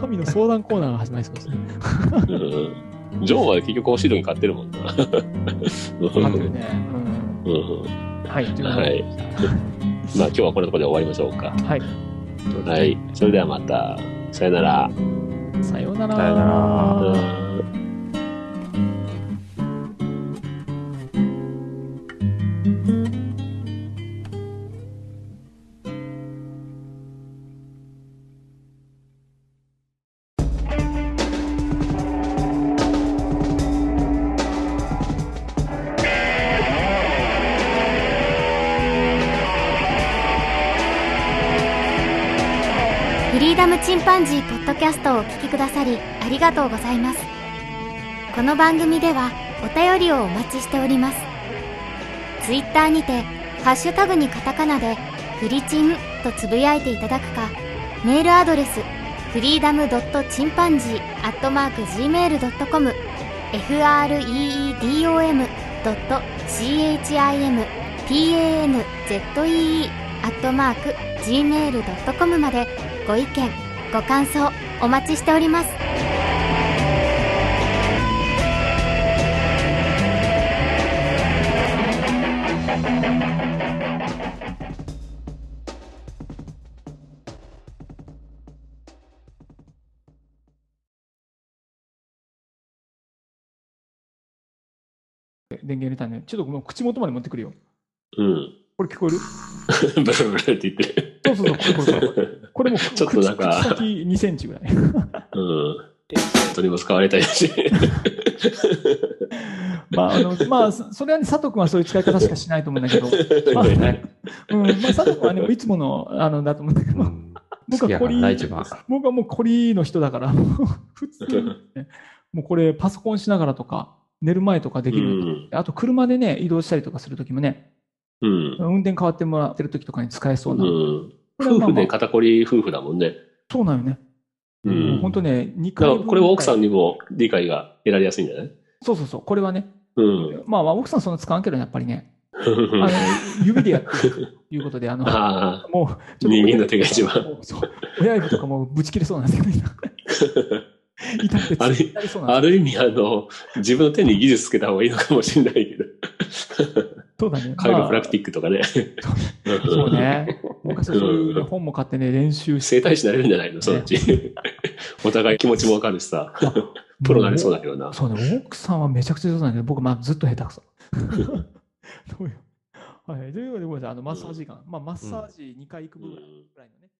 Speaker 3: 神の相談コーナーが始まりそうです
Speaker 2: う
Speaker 3: ね。
Speaker 2: んジョーは結局欲しい時に買ってるもんな。う
Speaker 3: あ
Speaker 2: ん
Speaker 3: とね、うん。
Speaker 2: うん
Speaker 3: はい、ということ
Speaker 2: は
Speaker 3: で
Speaker 2: い。まあ今日はこんなところで終わりましょうか。
Speaker 3: はい。
Speaker 2: はい。それではまた。さよなら。
Speaker 3: さような
Speaker 4: さようなら
Speaker 3: ら。
Speaker 2: うん
Speaker 1: フリーダムチンパンジーポッドキャストをお聞きくださりありがとうございますこの番組ではお便りをお待ちしておりますツイッターにてハッシュタグにカタカナでフリチンとつぶやいていただくかメールアドレスフリーダムドットチンパンジーアットマーク Gmail.com freedom ドット chimpanzee アットマーク gmail.com までご意見ご感想お待ちしております
Speaker 3: 電源入れたね。ちょっとごめん、口元まで持ってくるよ。
Speaker 2: うん。
Speaker 3: これ聞こえる
Speaker 2: ブルブルって言ってる。
Speaker 3: そうそうそう、これこれこれ。 これも口
Speaker 2: ちょっとなんか
Speaker 3: 口先2センチぐらい。
Speaker 2: うん。とにも使われたりし。
Speaker 3: まあ、あの、まあ、そそれはね、佐藤君はそういう使い方しかしないと思うんだけど、まあ、
Speaker 2: そう
Speaker 4: ね
Speaker 3: うん、まあ、佐藤君 はね、もういつもの、あの、だと思うんだけ
Speaker 4: う
Speaker 3: ど、
Speaker 4: ん好
Speaker 3: 僕
Speaker 4: き
Speaker 3: は
Speaker 4: や
Speaker 3: コ
Speaker 4: から
Speaker 3: リ、
Speaker 4: な、一番。
Speaker 3: 僕はもうコリの人だから、 普通に、もうこれ、パソコンしながらとか、寝る前とかで
Speaker 2: う
Speaker 3: きる。
Speaker 2: ん。
Speaker 3: あと、車でね、移動したりとかするときもね、
Speaker 2: うん。
Speaker 3: 運転変わってもらってるときとかに使えそう
Speaker 2: う
Speaker 3: な。
Speaker 2: ん。
Speaker 3: これは
Speaker 2: 夫
Speaker 3: まあ
Speaker 2: 婦
Speaker 3: まあ
Speaker 2: で肩こり夫婦だもんね。
Speaker 3: そうなのよね。
Speaker 2: う。
Speaker 3: もうん本当ね、
Speaker 2: だ
Speaker 3: 2回
Speaker 2: か
Speaker 3: 分
Speaker 2: らこれは奥さんにも理解が得られやすいんじゃない
Speaker 3: そうそうそう、これはね。
Speaker 2: うん。
Speaker 3: まあまあ、奥さんそんな使わんけど、やっぱりね。あの、指でやってるということ で、あの、
Speaker 2: ああ。
Speaker 3: もう、ちょっと
Speaker 2: 人間の手が一番
Speaker 3: もうそう親指とかもうぶち切れそうなんですけど、 今痛くて
Speaker 2: あれ
Speaker 3: 血になりそうなん
Speaker 2: あ
Speaker 3: です
Speaker 2: る意味、あの、自分の手に技術つけた方がいいのかもしれないけど。
Speaker 3: そうだね。
Speaker 2: カイロプラ
Speaker 3: ま
Speaker 2: クティックとかね。
Speaker 3: あそうね。昔はそういうね本も買ってね、練習して。
Speaker 2: 生体師になれるんじゃないのそのうち。お互い気持ちもわかるしさ。プロになれそうだけどな。
Speaker 3: そうね、奥さんはめちゃくちゃ上手なんだけど、僕、まあ、ずっと下手くそ。どうよはい、ということで、ごめんなさい、あのマッサージガン、まあ、マッサージ2回行くぐらいのね。